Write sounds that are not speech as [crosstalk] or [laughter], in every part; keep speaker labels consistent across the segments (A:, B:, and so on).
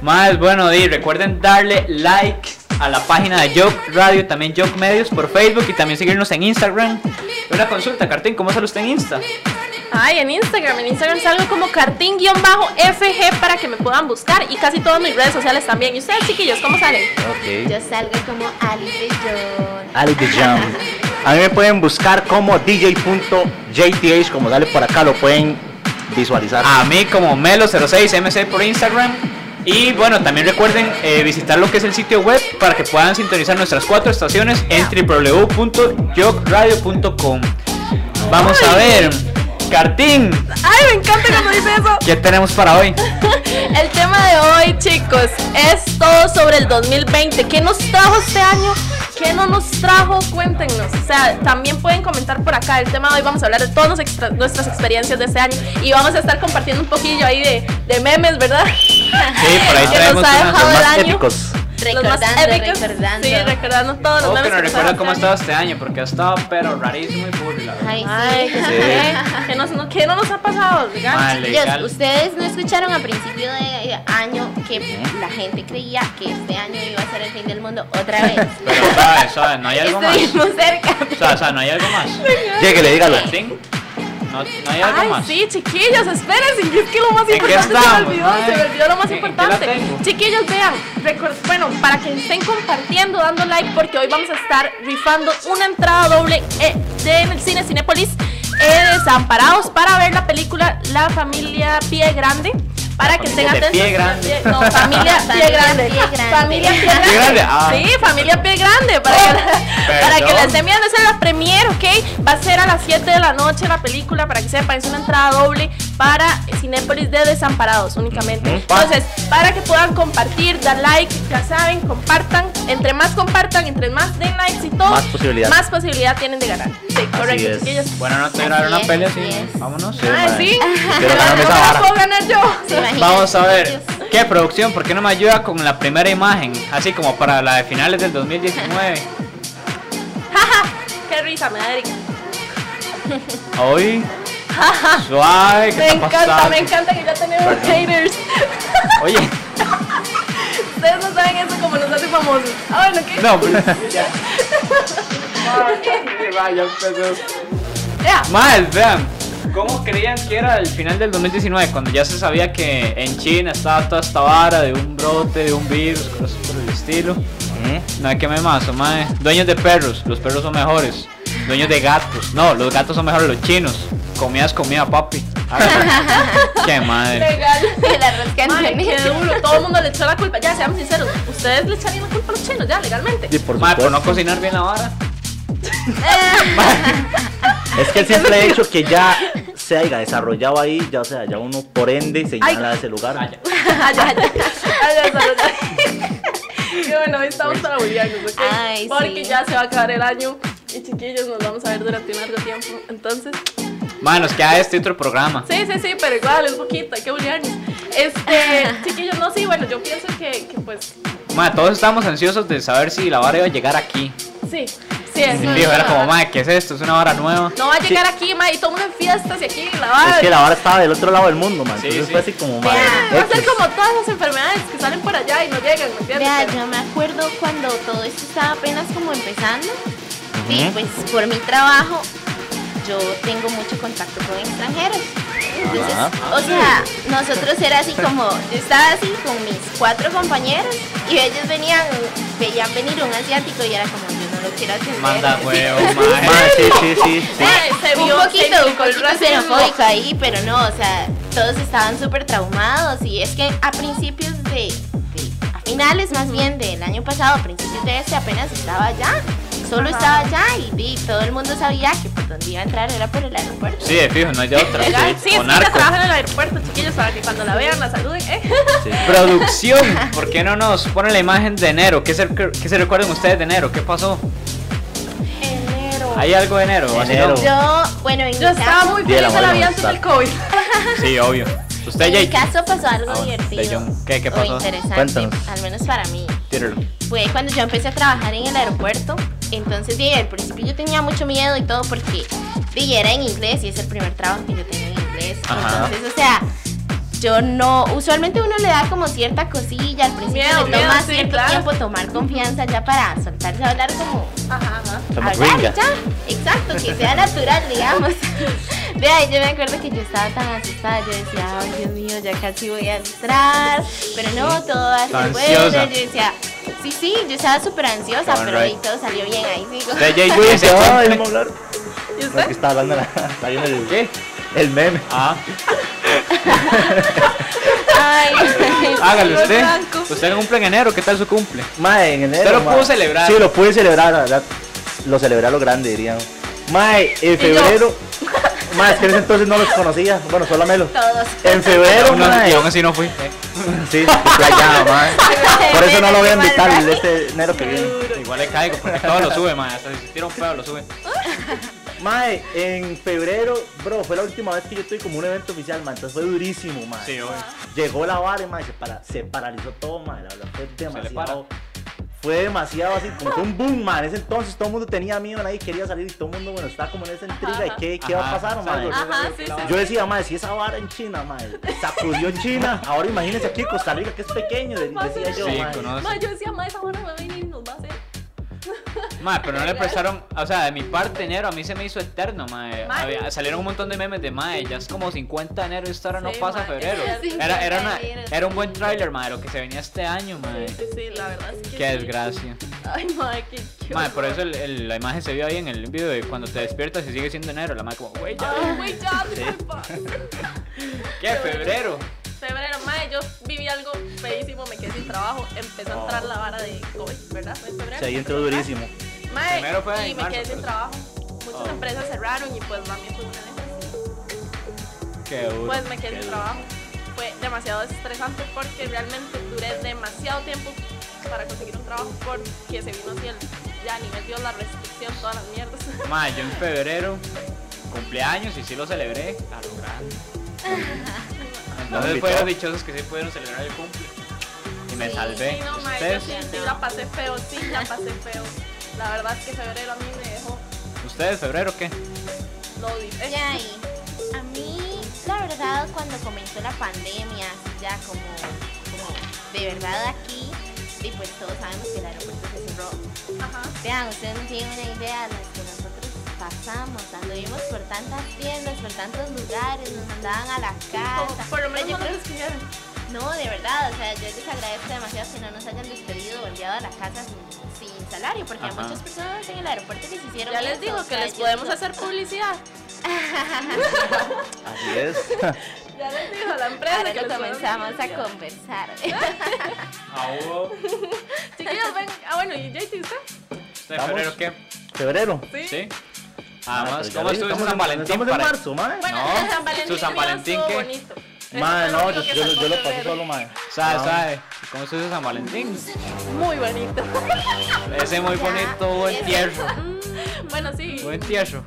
A: más, bueno, y recuerden darle like a la página de Joke Radio, también Joke Medios por Facebook y también seguirnos en Instagram. Una consulta, Cartín, ¿cómo sale usted en Insta?
B: Ay, en Instagram, en Instagram salgo como cartín-fg para que me puedan buscar y casi todas mis redes sociales también. ¿Y ustedes, chiquillos, cómo salen?
A: Ok.
C: Yo salgo como Ali Bellón.
D: Ali the Jam. A mí me pueden buscar como dj.jth, como sale por acá, lo pueden visualizar.
A: A mí como Melo06MC por Instagram. Y bueno, también recuerden eh, visitar lo que es el sitio web para que puedan sintonizar nuestras cuatro estaciones en www.yokradio.com. Vamos a ver, Cartín,
B: Ay, me encanta cuando dice eso.
A: ¿qué tenemos para hoy?
B: El tema de hoy, chicos, es todo sobre el 2020. ¿Qué nos trajo este año? ¿Qué no nos trajo? Cuéntenos. O sea, también pueden comentar por acá. El tema de hoy vamos a hablar de todas nos extra- nuestras experiencias de este año y vamos a estar compartiendo un poquillo ahí de, de memes, ¿verdad? Sí,
A: por ahí
B: [laughs] que
A: traemos
B: nos ha
A: unos- los
B: dejado
D: Los
B: el
D: más
B: año.
D: épicos.
B: Los más
C: Recordando,
B: épicos.
C: recordando.
B: Sí, recordando todos los
A: Oh,
B: memes.
A: pero
B: que nos
A: recuerda
B: ha dejado
A: cómo ha
B: este
A: estado este año, porque ha estado pero rarísimo y burla.
C: Ay,
B: Ay,
C: sí.
B: ¿qué,
C: [laughs]
B: [laughs] ¿Qué nos, no, qué no nos ha pasado? Digan,
A: Mal.
C: Chiquillos,
A: Legal.
C: ustedes no escucharon a principio de año que la gente creía que este año iba a ser el fin del mundo otra vez.
A: Pero suave, suave, no hay algo más.
C: Estuvimos cerca.
A: Suave, suave, no hay algo más.
D: Lléguele, dígalo.
A: Cartín, no, no hay algo
B: Ay,
A: más.
B: sí, chiquillos, espérense, que es que lo más
A: ¿En qué
B: importante se me
A: estamos?
B: olvidó,
A: Ay,
B: se me olvidó lo más
A: ¿en qué la
B: importante.
A: tengo?
B: Chiquillos, vean, recor- bueno, para que estén compartiendo, dando like, porque hoy vamos a estar rifando una entrada doble eh, de- en el cine Cinépolis eh, Desamparados para ver la película La Familia Pie Grande. Para que estén
A: familia de
B: atentos.
A: Pie Grande.
B: No, [laughs] familia pie
C: Familia
B: grande.
C: Pie Grande.
B: Familia pie grande.
A: Pie Grande, ah. Oh.
B: Sí, familia pie grande. Para que, para que la
A: Perdón.
B: estén Miren, esa es la premiere, ¿ok? Va a ser a las 7 de la noche la película, para que sepan, es una entrada doble para Cinépolis de Desamparados únicamente. Entonces, para que puedan compartir, dar like, ya saben, compartan. Entre más compartan, entre más den likes y todo,
D: Más posibilidad.
B: más posibilidad tienen de ganar. Sí, correcto,
D: es.
B: chiquillos.
A: Bueno, no te grabar una
C: es,
A: pelea, sí.
C: así es.
A: Vámonos.
B: Ay,
D: madre.
B: sí.
D: Quiero
B: [laughs]
D: ganarme esa
B: ¿Cómo la
D: vara.
B: puedo ganar yo?
C: ¿Se imaginan?
A: [laughs] Vamos a ver,
C: [laughs]
A: ¿qué producción? ¿Por qué no me ayuda con la primera imagen? Así como para la de finales
B: [laughs]
A: del 2019.
B: Jaja, [laughs] qué risa me da Eric.
A: Hoy, suave, ¿qué
B: Me
A: está
B: encanta,
A: pasando?
B: me encanta que ya tenemos
D: Perdón.
B: haters.
A: Oye,
B: [laughs] Ustedes no saben eso como nos hace famosos. Ah, bueno, ¿qué? [laughs]
A: no, [laughs] pero-
B: Ya.
A: Mal, vean. ¿Cómo creían que era el final del 2019? Cuando ya se sabía que en China estaba toda esta vara de un brote, de un virus, cosas por el estilo. No hay que me más, mae. Dueños de perros, los perros son mejores. Dueños de gatos, no, los gatos son mejores los chinos. Comidas, comida, papi.
B: [laughs]
A: Hágale. Qué madre.
C: [laughs]
B: Legal.
C: Que la rosca no
B: Ay, qué
C: es.
B: duro, todo el mundo le echó la culpa. Ya, seamos sinceros, ustedes le echarían la culpa a los chinos, ya, legalmente. [laughs]
D: Sí, por
A: Mae, por no
D: supuesto.
A: cocinar bien la vara.
D: Es
C: [laughs]
D: que el simple hecho que ya se haya desarrollado ahí, ya o sea, ya uno por ende señala ese lugar.
A: Ah, ya.
B: Ay, ya, ay, ya, solo ya. Qué bueno, hoy estamos para bulliarnos, ¿ok?
C: Ay,
B: Porque
C: sí.
B: ya se va a acabar el año y chiquillos nos vamos a ver durante un largo tiempo. Entonces,
A: Mae, nos queda este otro programa.
B: sí, sí, sí, pero igual, es poquito, hay que bulliarnos. Este, chiquillos, no, sí, bueno, yo pienso que, que pues,
A: Mae, todos estamos ansiosos de saber si la vara iba a llegar aquí.
B: sí, sí, es.
A: Y fijo, era como, mae, ¿qué es esto? ¿Es una vara nueva?
B: No va a llegar aquí, ma, y todo el mundo en fiestas y aquí la va
D: Es que la vara estaba del otro lado del mundo, man.
A: Sí,
D: Entonces
A: sí.
D: fue así como madre.
B: Va a ser
D: X.
B: como todas las enfermedades que salen por allá y no llegan, ¿me entiendes?
C: Vea,
B: Pero-
C: yo me acuerdo cuando todo esto estaba apenas como empezando. Y pues por mi trabajo, yo tengo mucho contacto con extranjeros. Entonces,
D: Ajá.
C: o sea, nosotros era así como, yo estaba así con mis cuatro compañeros y ellos venían, veían venir un asiático y era como, yo no lo quiero atender.
A: Manda
C: [laughs] Sí.
A: huevo,
D: Madre,
A: mae.
D: sí, sí, sí, sí.
B: Ay,
A: Ah,
B: se vio-
C: un
B: se
C: poquito, un
B: vio el
C: poquito
B: racismo.
C: xenofóbico ahí, pero no, o sea, todos estaban súper traumados y es que a principios de, de- a finales más bien del año pasado, a principios de este apenas estaba allá, solo estaba allá y, y todo el mundo sabía que por donde iba a entrar era por el aeropuerto.
A: Sí, de fijo, no hay
B: [laughs]
A: de otra.
B: Legal,
A: Sí,
B: sí, sí,
A: o
B: que
A: narco.
B: trabajan en el aeropuerto, chiquillos, para que cuando la vean la saluden, ¿eh?
A: Producción,
B: [laughs]
A: ¿por qué no nos ponen la imagen de enero? ¿Qué se, qué se recuerdan ustedes de enero? ¿Qué pasó?
B: Enero.
A: ¿Hay algo de enero?
D: Enero.
A: vacilón?
C: Yo, bueno, en
B: Yo
C: mi
B: estaba
C: caso,
B: muy
D: Día de la
B: feliz de la
D: madre,
B: vida antes del
D: vamos [laughs]
B: COVID.
A: Sí, obvio. ¿Usted,
C: en mi
A: Jake?
C: caso pasó algo
A: Ah, bueno, de
C: divertido
A: John. ¿Qué- qué
C: o
A: pasó?
C: interesante,
D: Cuéntanos.
C: al menos para mí.
A: Tíralo.
C: fue cuando yo empecé a trabajar en el aeropuerto. Entonces, di, al principio yo tenía mucho miedo y todo porque di, era en inglés y es el primer trabajo que yo tenía en inglés.
A: Ajá.
C: Entonces, o sea, Yo no, usualmente uno le da como cierta cosilla al principio,
B: Miedo,
C: le toma
B: miedo, sí,
C: cierto
B: claro.
C: tiempo tomar confianza ya para soltarse a hablar como
B: Ajá, ajá.
D: Somos
C: hablar
D: gringas.
C: ya. Exacto, que sea natural,
D: [laughs]
C: digamos. De ahí yo me acuerdo que yo estaba tan asustada, yo decía, ay Dios mío, ya casi voy a entrar, pero no, todo va a
A: Estaba
C: ser bueno.
A: ansiosa.
C: Yo decía, sí, sí, yo estaba súper ansiosa,
D: All
C: pero ahí
D: right.
C: todo salió bien, ahí sigo.
A: Usted,
C: [laughs]
A: Jay
D: Uy,
A: Willis,
D: se
A: se
D: va,
A: fue.
D: no me hablar.
B: ¿Y
D: No, es que
B: usted?
D: estaba hablando, la- está viendo el,
A: ¿Qué?
D: el meme.
A: Ah,
C: Ay,
D: [laughs]
A: hágalo
B: Señor
A: usted.
B: Blanco.
A: Usted cumple en enero, ¿qué tal su cumple?
D: Mae, en enero.
A: Usted lo
D: mae.
A: pudo celebrar.
D: Sí, lo pude celebrar, la verdad. Lo celebré a lo grande, dirían. Mae, en
B: yo.
D: febrero. [laughs] Mae, es que en ese entonces no los conocía. Bueno, solo a Melo.
C: todos.
A: Pero
D: En febrero,
A: aún no-
D: mae.
A: y aún así no fui. Eh,
D: Sí,
A: [laughs]
D: playado, mae. Por eso no lo voy a invitar el este enero que viene.
A: Igual le caigo, porque todo lo sube, man. Hasta si se tira un pedo, lo sube.
D: Mae, en febrero, bro, fue la última vez que yo tuve como un evento oficial, mae. Entonces fue durísimo, mae.
A: Sí, obvio.
D: Llegó la vara, mae, se, para, se paralizó todo, mae. La verdad, fue demasiado.
A: para.
D: Fue demasiado así, como fue un boom, mae. En ese entonces todo el mundo tenía miedo, nadie quería salir y todo el mundo, bueno, estaba como en esa intriga de qué, qué va a
A: Ajá,
D: pasar, mae.
A: exacto.
B: Ajá, sí, sí.
D: Yo decía, mae, si esa vara en China, mae, sacudió en China. Ahora imagínense aquí en Costa Rica, que es pequeño, de- decía yo,
A: Sí,
D: mae.
A: conoce.
B: Ma, yo decía, ma, esa hora va a venir y nos va a hacer.
A: Madre, pero no le prestaron, o sea, de mi parte enero a mí se me hizo eterno, madre.
B: Mae.
A: Había- salieron un montón de memes de madre, ya es como 50 de enero y esta hora no
B: Sí,
A: pasa
B: mae,
A: febrero.
B: es cierto.
A: Era, era, una-
C: 50 de enero.
A: era un buen tráiler, madre, lo que se venía este año, madre.
B: Sí, sí, la verdad es que.
A: Qué
B: sí.
A: desgracia.
B: Ay, ma, qué qué
A: Madre, por
B: horror.
A: eso el- el- la imagen se vio ahí en el video de cuando te despiertas y sigue siendo enero, la madre como, güey, ya,
B: Ay, güey, ya, Ah, disculpa.
A: ¿qué? Febrero.
B: Febrero, ma, yo viví algo feísimo, me quedé sin trabajo. Empezó a entrar la vara de COVID, ¿verdad? Fue en febrero.
D: Sí, Oh. ahí entró
B: empezó a entrar.
D: durísimo.
B: Mae,
A: Primero fue
B: y
A: en
B: me
A: marzo,
B: quedé sin
A: pero-
B: trabajo. Muchas
A: Oh.
B: empresas cerraron y pues la mía fue una de esas.
A: Qué duro.
B: Pues me quedé
A: qué
B: sin
A: duro.
B: trabajo. Fue demasiado estresante porque realmente duré demasiado tiempo para conseguir un trabajo porque se vino así el, ya a nivel Dios la restricción, todas las mierdas.
A: Mae, yo en febrero cumpleaños y sí lo celebré a lo [laughs] grande. Entonces
D: invitó.
A: fueron dichosos que sí pudieron celebrar el cumple. Y me
B: [laughs]
A: salvé.
B: Sí, no, mae, yo
A: Ustedes,
B: sí, sí, la pasé feo, sí, la pasé feo. La verdad es que febrero a mí me dejó
A: ¿Ustedes febrero qué?
B: lo dije.
C: Ya, ahí. a mí, la verdad, cuando comenzó la pandemia, así ya como, como de verdad aquí, y pues todos sabemos que el aeropuerto se cerró.
B: Ajá.
C: Vean, ustedes no tienen una idea de las que nosotros pasamos, anduvimos por tantas tiendas, por tantos lugares, nos mandaban a la
B: Como,
C: casa.
B: por lo
C: Pero
B: menos
C: yo
B: no
C: creo-
B: nos despidieron.
C: no, de verdad, o sea, yo les agradezco demasiado que no nos hayan despedido o enviado a la casa sin, sin salario, porque
A: Ajá.
C: a muchas personas en el aeropuerto les hicieron
B: Ya les
C: eso, o
B: digo que
C: sea,
B: les
C: yo
B: podemos
C: digo- [laughs]
B: hacer publicidad.
D: Así es.
B: Ya les digo a la empresa
C: Ahora
B: que
C: lo
B: les podemos
C: comenzamos a
B: publicidad.
C: conversar.
B: [laughs]
A: Ah, hubo.
B: Chiquillos, ven. Ah, bueno, ¿y JT usted?
A: ¿Usted
D: Vamos.
A: febrero qué?
D: febrero.
B: Sí.
A: ¿Sí?
D: Ah,
A: Además,
D: pero ya
A: ¿cómo estuvo
D: ves,
A: su
D: estamos
A: San
D: en-
A: Valentín
D: Estamos en
A: para
D: marzo, mae.
B: Bueno,
A: No,
B: el San Valentín,
A: su San
B: mío
A: Valentín,
B: estuvo
A: ¿qué?
B: bonito. Eso
D: Mae,
B: fue
D: no,
B: único
D: yo,
B: que
D: yo,
B: sacó
D: yo lo pasé
B: febrero.
D: solo, mae.
A: ¿Sabe,
D: No.
A: sabe? ¿Cómo estuvo su San Valentín?
B: Muy bonito. [laughs]
A: Ese muy bonito, buen
C: ese.
A: tierno.
B: bueno, sí.
A: Buen tierno.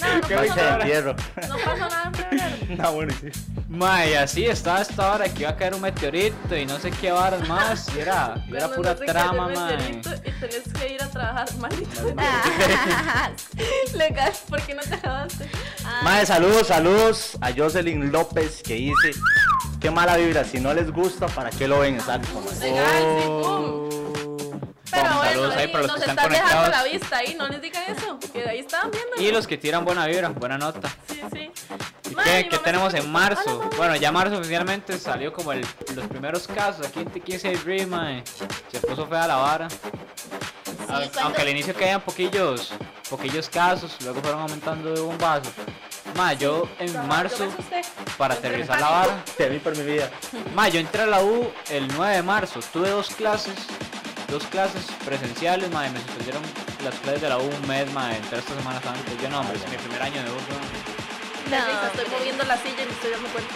B: No, no
A: Qué
B: pasó
D: Fecha de
B: nada.
D: entierro.
B: No pasó nada en febrero.
D: No, bueno, sí.
A: Mae, y así estaba esta hora que iba a caer un meteorito y no sé qué varas más. Y era, y era
B: Cuando
A: pura
B: no te cayó
A: trama,
B: el
A: mae.
B: meteorito Y tenés que ir a trabajar, maldito.
C: Ah,
B: [laughs] Legal, ¿por qué no te Ah, acabaste?
D: Mae, saludos, saludos a Jocelyn López que dice, qué mala vibra, si no les gusta, ¿para qué lo ven? Exacto. mae.
B: Legal, sí, boom.
D: Oh.
B: Pero
A: Oh. Vamos,
B: bueno,
A: saludos ahí
B: ahí
A: para los
B: nos
A: que están
B: están dejando la
A: conectados.
B: vista ahí, no les digan eso, que ahí estaban viendo.
A: Y los que tiran buena vibra, buena nota.
B: Sí, sí.
A: ¿Y
B: Ma, mi
A: qué, qué
B: mamá
A: tenemos
B: se-
A: en marzo?
B: Hola, mamá.
A: Bueno, ya marzo oficialmente salió como el- los primeros casos aquí en TQC mae. Se puso fea la vara. A-
C: cuando-
A: Aunque al inicio caían poquillos, poquillos casos, luego fueron aumentando de bombazo. Ma, yo en
B: Ajá, yo
A: marzo,
B: me asusté.
A: para
B: Entré en
A: aterrizar la
B: pánico.
A: vara,
D: Te vi por mi vida.
A: Ma, yo entré a la U el 9 de marzo, tuve dos clases, dos clases presenciales, madre, me suspendieron las clases de la U un mes, madre, entré esta semana antes, yo no, hombre, es mi primer año de U, yo
B: De risa, estoy moviendo la silla y me estoy dando cuenta.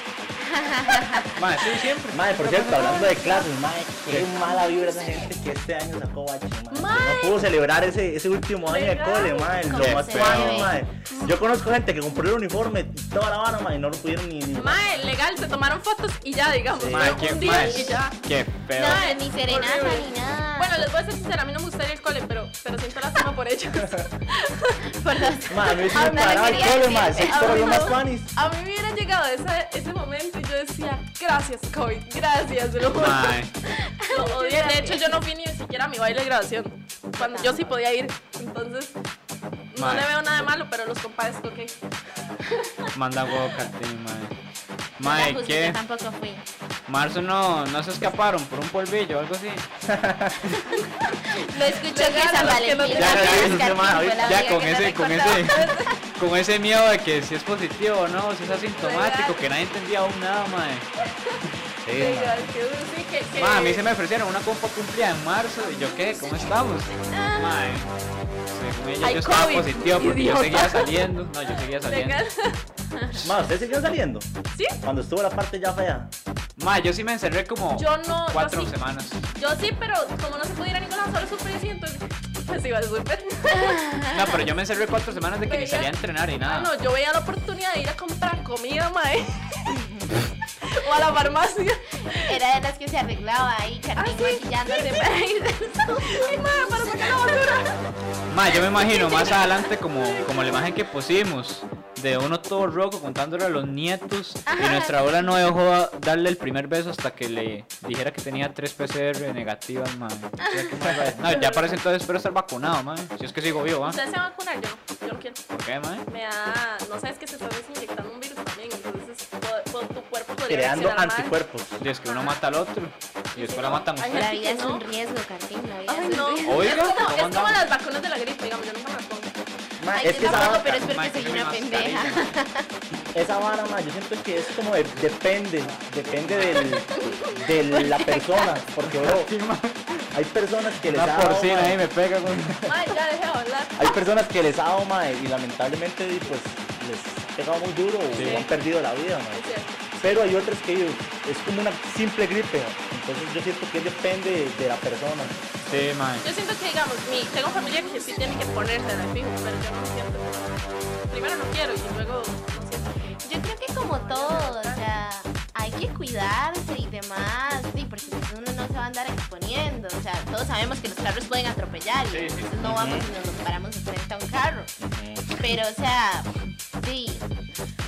A: no. Madre, sí, siempre.
D: Mae, por cierto, hablando de clases, mae, qué mala vibra esa gente que este año sacó bache, mae.
B: Mae.
D: No pudo celebrar ese, ese último año de
B: Legal.
D: cole, mae,
C: Como
D: lo más
C: se
D: malo,
C: debe.
D: mae. Yo conozco gente que compró el uniforme y toda la vara, mae, y no lo pudieron ni... ni-
B: Mae, legal, se tomaron fotos y ya, digamos.
D: Sí.
B: fue
A: Madre,
B: un
A: qué,
B: día
A: madre,
B: y ya.
A: qué feo.
C: no, ni serenata ni nada.
B: Bueno, les voy a ser sincera, a mí no me gustaría el cole, pero, pero siento lástima por ellos.
C: [laughs] por los...
D: Mae, a mí sí me
C: Ah, no,
D: paraba el
C: quería
D: cole,
C: decirte.
D: mae, sexto
B: Ah,
D: había
B: no.
D: más panis.
B: A mí me hubiera llegado ese, ese momento y yo decía, gracias COVID, gracias, lo juro. [laughs]
A: Mae.
B: Lo odié. De hecho, yo no fui ni siquiera a mi baile de graduación, cuando yo sí podía ir. Entonces, no
A: Mae.
B: le veo nada de malo, pero los compadezco, ok.
A: eh,
B: [laughs]
A: Manda huevo, Catín, mae.
C: Mae,
A: Mae, eh. ¿qué?
C: Yo tampoco fui.
A: Marzo no, no se escaparon por un polvillo o algo así.
C: Lo escuché que San
B: Regalos que no
C: Valentín.
B: te- Ya,
A: ya,
C: Cartín
A: ya,
C: fue la
D: ya,
C: única
A: Ya con
C: que te
A: ese, con
C: recordó.
A: ese, con ese miedo de que si es positivo o no, si es asintomático, que nadie entendía aún nada, mae.
D: Sí,
B: Qué
D: mae.
B: duro, qué duro, sí, que- que-
A: Eh, Ma, a mí se me ofrecieron una compa cumplida en marzo y yo qué, ¿cómo estamos? Ma, eh, según ella,
B: Hay
A: yo estaba
B: COVID,
A: positiva porque
B: idiota.
A: yo seguía saliendo. No, yo seguía saliendo.
B: Legal.
D: Mae, ¿usted siguió saliendo?
B: [laughs] Sí.
D: Cuando estuvo la parte ya fea.
A: Ma, yo sí me encerré como
B: Yo no, yo
A: cuatro
B: sí.
A: semanas.
B: Yo sí, pero como no se pudiera ninguna solo super y entonces [laughs] pues iba al súper.
A: No, pero yo me encerré cuatro semanas de que ni
B: Veía-
A: salía a entrenar ni
B: Ah,
A: nada.
B: [laughs] no, yo veía la oportunidad de ir a comprar
A: [laughs]
B: comida, mae. o a la farmacia. Ah,
C: Era de las que se arreglaba ahí, Cartín
B: sí. [laughs]
C: maquillándose para ir al
B: Ay, mae, para sacar la basura.
A: Ma, yo me imagino más adelante como, como la imagen que pusimos de uno todo roco contándole a los nietos y
C: Ajá.
A: nuestra abuela no dejó darle el primer beso hasta que le dijera que tenía tres PCR negativas, ma. No, ya parece entonces espero estar vacunado, ma. Si es que sigo vivo, ¿ah?
B: Ustedes se van a vacunar, yo no, yo no quiero.
A: ¿Por qué, ma?
B: Me da, no sabes que se están desinyectando un virus también, entonces po- po- tu cuerpo podría
D: Creando
B: reaccionar mal.
D: anticuerpos.
A: Y es que uno mata al otro y después la matan
B: Ay,
A: ustedes.
C: La
B: sí
C: vida
B: que
C: es
B: no.
C: un riesgo, Cartín. La vida
B: Ay,
C: es
B: no.
C: un riesgo.
A: Oiga,
B: es como,
A: ¿cómo
B: es como
A: andamos?
B: las vacunas de la gripe, digamos, yo nunca me las pongo.
D: Ma,
C: Ay,
D: es
C: yo
D: que esa
C: tampoco,
D: vara,
C: pero es porque
A: Mae,
C: soy
A: yo
C: una
A: me mascarilla.
C: pendeja.
D: esa vara, ma, yo siento que es como de- depende, depende del, de la persona, porque
C: [laughs]
D: bro, hay personas que les ha
A: Una
D: dado,
A: porcina
D: ma,
A: ahí me pega con...
B: Mae, ya deja de hablar.
D: hay personas que les ha dado, ma, y lamentablemente y pues les pega muy duro
A: Sí.
D: o han perdido la vida, ma.
B: Es cierto.
D: pero hay otras que es como una simple gripe, ma. entonces yo siento que depende de la persona.
A: Sí, mae.
B: Yo siento que, digamos, mi, tengo familia que sí tiene que ponerse la fijo, pero yo no siento. Primero no quiero y luego no siento.
C: Yo creo que como todo, o sea, hay que cuidarse y demás, sí, porque si uno no se va a andar exponiendo, o sea, todos sabemos que los carros pueden atropellar y
A: Sí, sí.
C: entonces no vamos y nos paramos frente a un carro,
D: Mm,
C: pero o sea, sí,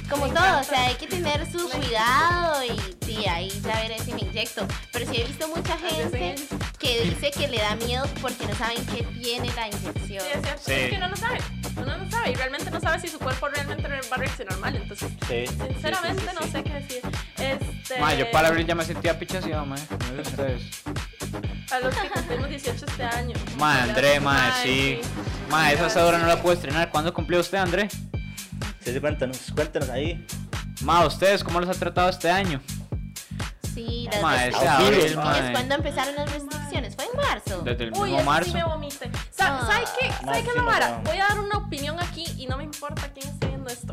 C: como todo, o sea, hay que tener su cuidado y sí, ahí saber si me inyecto, pero sí he visto mucha gente que dice que le da miedo porque no saben que tiene la
B: Sí,
C: inyección.
B: es cierto.
A: Sí.
B: Es que uno no sabe. Uno no sabe y realmente no sabe si su cuerpo realmente va a reaccionar mal. Entonces,
D: Sí,
B: sinceramente,
D: sí, sí, sí,
B: no
D: sí.
B: sé qué decir. Este,
A: Ma, yo para abrir ya me sentía pichaseado, mae. No sé ustedes.
B: A los que cumplimos 18 este año.
A: Mae, André, mae,
B: Ay,
A: sí. Mae, esa sobra no la puedo estrenar. ¿Cuándo cumplió usted, André?
D: Sí, sí, cuéntanos, cuéntanos ahí.
A: Ma, ¿ustedes cómo los ha tratado este año?
C: Sí, las
A: Mae, ese
C: restricciones.
D: abril,
C: ¿Es
A: mae.
C: cuando empezaron las restricciones? ¿Fue en marzo?
A: Desde el
B: Uy,
A: mismo
B: eso
A: marzo.
B: sí me vomité. Sa-
C: Ah.
B: ¿Sabe qué? ¿Sabe qué es la
D: Máximo
B: vara?
D: drama.
B: Voy a dar una opinión aquí y no me importa quién esté viendo esto.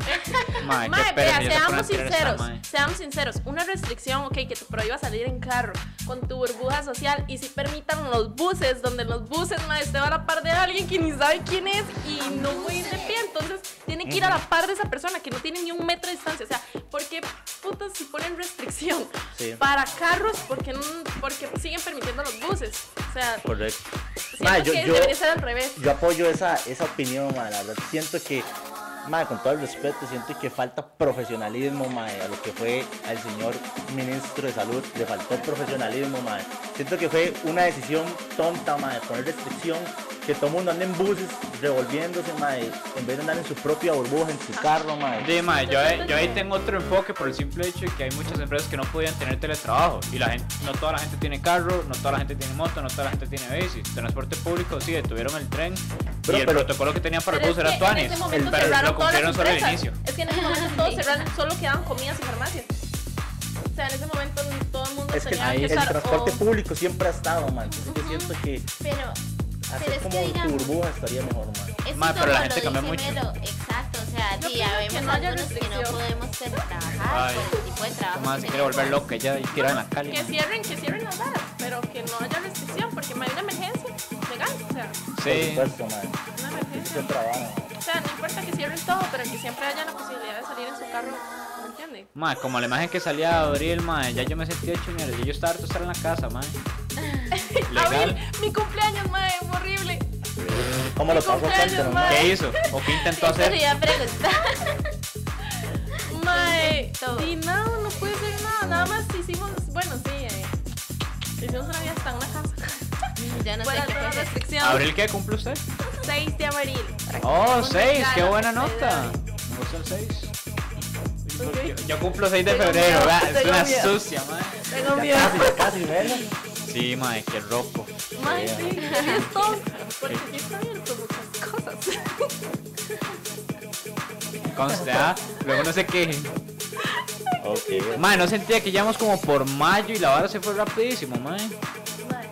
A: Mae, qué
B: Mae,
A: pereza,
B: vea,
A: ya se
B: seamos
A: pone a tirar esta
B: sinceros.
A: mae.
B: Seamos sinceros. Una restricción, ok, que te prohíba salir en carro con tu burbuja social y si permitan los buses, donde los buses, mae, usted va a la par de alguien que ni sabe quién es y no puede ir de pie. Entonces, tiene que ir a la par de esa persona que no tiene ni un metro de distancia. O sea, ¿por qué putas si ponen restricción?
D: Sí.
B: Para carros, porque, porque siguen permitiendo los buses. O sea,
D: Correcto.
B: Siento
D: Ma, yo,
B: que
D: yo,
B: debería ser al revés.
D: yo apoyo esa, esa opinión, ma, la verdad. Siento que, ma, con todo el respeto, siento que falta profesionalismo, ma, a lo que fue al señor ministro de salud, le faltó profesionalismo, ma. Siento que fue una decisión tonta, ma, de poner restricción, que todo el mundo anda en buses revolviéndose, ma, y en vez de andar en su propia burbuja, en su carro, ma.
A: Sí, mae, yo, ahí-
B: [laughs]
A: yo ahí tengo otro enfoque por el simple hecho de que hay muchas empresas que no podían tener teletrabajo y la gente, no toda la gente tiene carro, no toda la gente tiene moto, no toda la gente tiene bici. Transporte público sí, detuvieron el tren
D: Pero-
A: y el
D: pero-
A: protocolo que tenían para el
B: Pero
A: bus
B: es
A: era
B: que
A: Tuanis,
B: En ese momento
A: pero
B: cerraron
A: lo
B: todas
A: cumplieron
B: las
A: solo al
B: empresas.
A: inicio.
B: Es que en ese momento
A: [laughs]
B: todos cerraron, solo quedaban comidas y farmacias. O sea, en ese momento todo el mundo
D: Es que
B: tenía
D: el
B: usar
D: transporte
C: oh.
B: o-
D: público siempre ha estado, ma. Entonces yo siento que
C: Pero, pero
D: hacer
C: es
D: como
C: que
D: tu
C: digamos,
D: burbuja estaría mejor, ma.
C: es
A: Ma,
C: que
A: pero la
C: como
A: gente
C: lo
A: cambió
C: dice
A: mucho.
C: Melo, exacto, o sea,
B: Yo
C: sí,
B: pienso que
C: habemos
B: no haya
C: algunos que no
B: restricción.
C: podemos trabajar
A: Ay.
C: con el tipo de
B: Ah,
C: trabajo.
A: Más se
C: que
A: quiere volver
C: tenemos.
A: loca ya y quiero en la calle.
B: Que
A: mae.
B: cierren, que cierren las varas, pero que no haya restricción, porque mae, hay una emergencia legal, o sea,
D: Por
A: Sí,
D: supuesto, ma.
B: una emergencia.
D: Yo trabajo, ma.
B: O sea, no importa que cierren todo, pero que siempre haya la posibilidad de salir en su carro, ¿me entiende?
A: mae, como la imagen que salía de abril, mae, ya yo me sentía hecho mierda, ya yo estaba harto de estar en la casa, mae.
B: Abril,
A: Legal.
B: mi cumpleaños, mae, fue horrible.
D: ¿Cómo lo
B: Mi
D: pasó?
B: cumpleaños,
D: Cuéntanos,
B: ma.
D: ma.
B: [laughs]
A: ¿Qué hizo? ¿O qué intentó
C: Eso le
A: hacer?
C: iba a preguntar.
B: Mae,
C: Todo.
B: y nada, no pude hacer nada, nada más hicimos, bueno, sí, eh, hicimos una vida hasta en una casa.
C: Ya no sé
B: Fuera de
C: qué
B: toda
C: fue.
B: restricción.
A: ¿Abril qué cumple usted?
B: 6 de abril. para que
A: Oh,
B: tengan
A: seis,
B: una
A: qué
B: gala
A: buena
B: de
A: nota.
B: felicidades.
A: Me gusta el 6.
B: Ok.
A: Yo cumplo 6 de
B: Tengo
A: febrero,
B: miedo,
A: ¿verdad? Es
B: tengo
A: una
B: miedo.
A: sucia, mae.
B: Tengo
D: Ya
B: miedo.
D: casi, ya casi, ¿verdad?
A: Sí, mae, qué rojo.
B: Mae, sí, feliz todos, porque sí está abierto muchas cosas.
A: Conste, ¿ah? Luego no sé qué.
D: Ok.
A: Mae, no sentía que llevamos como por mayo y la vara se fue rapidísimo, mae.
B: Mae,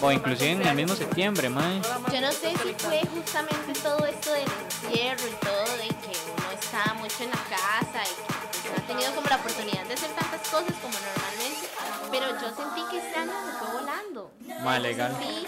A: O inclusive en el mismo septiembre, mae.
B: ahora más
C: Yo no sé si
B: colectado.
C: fue justamente todo esto del encierro y todo de que uno está mucho en la casa y que pues, no ha tenido como la oportunidad de hacer tantas cosas como normalmente, pero yo sentí que este año se fue volando.
A: Mae, legal.
C: Sí,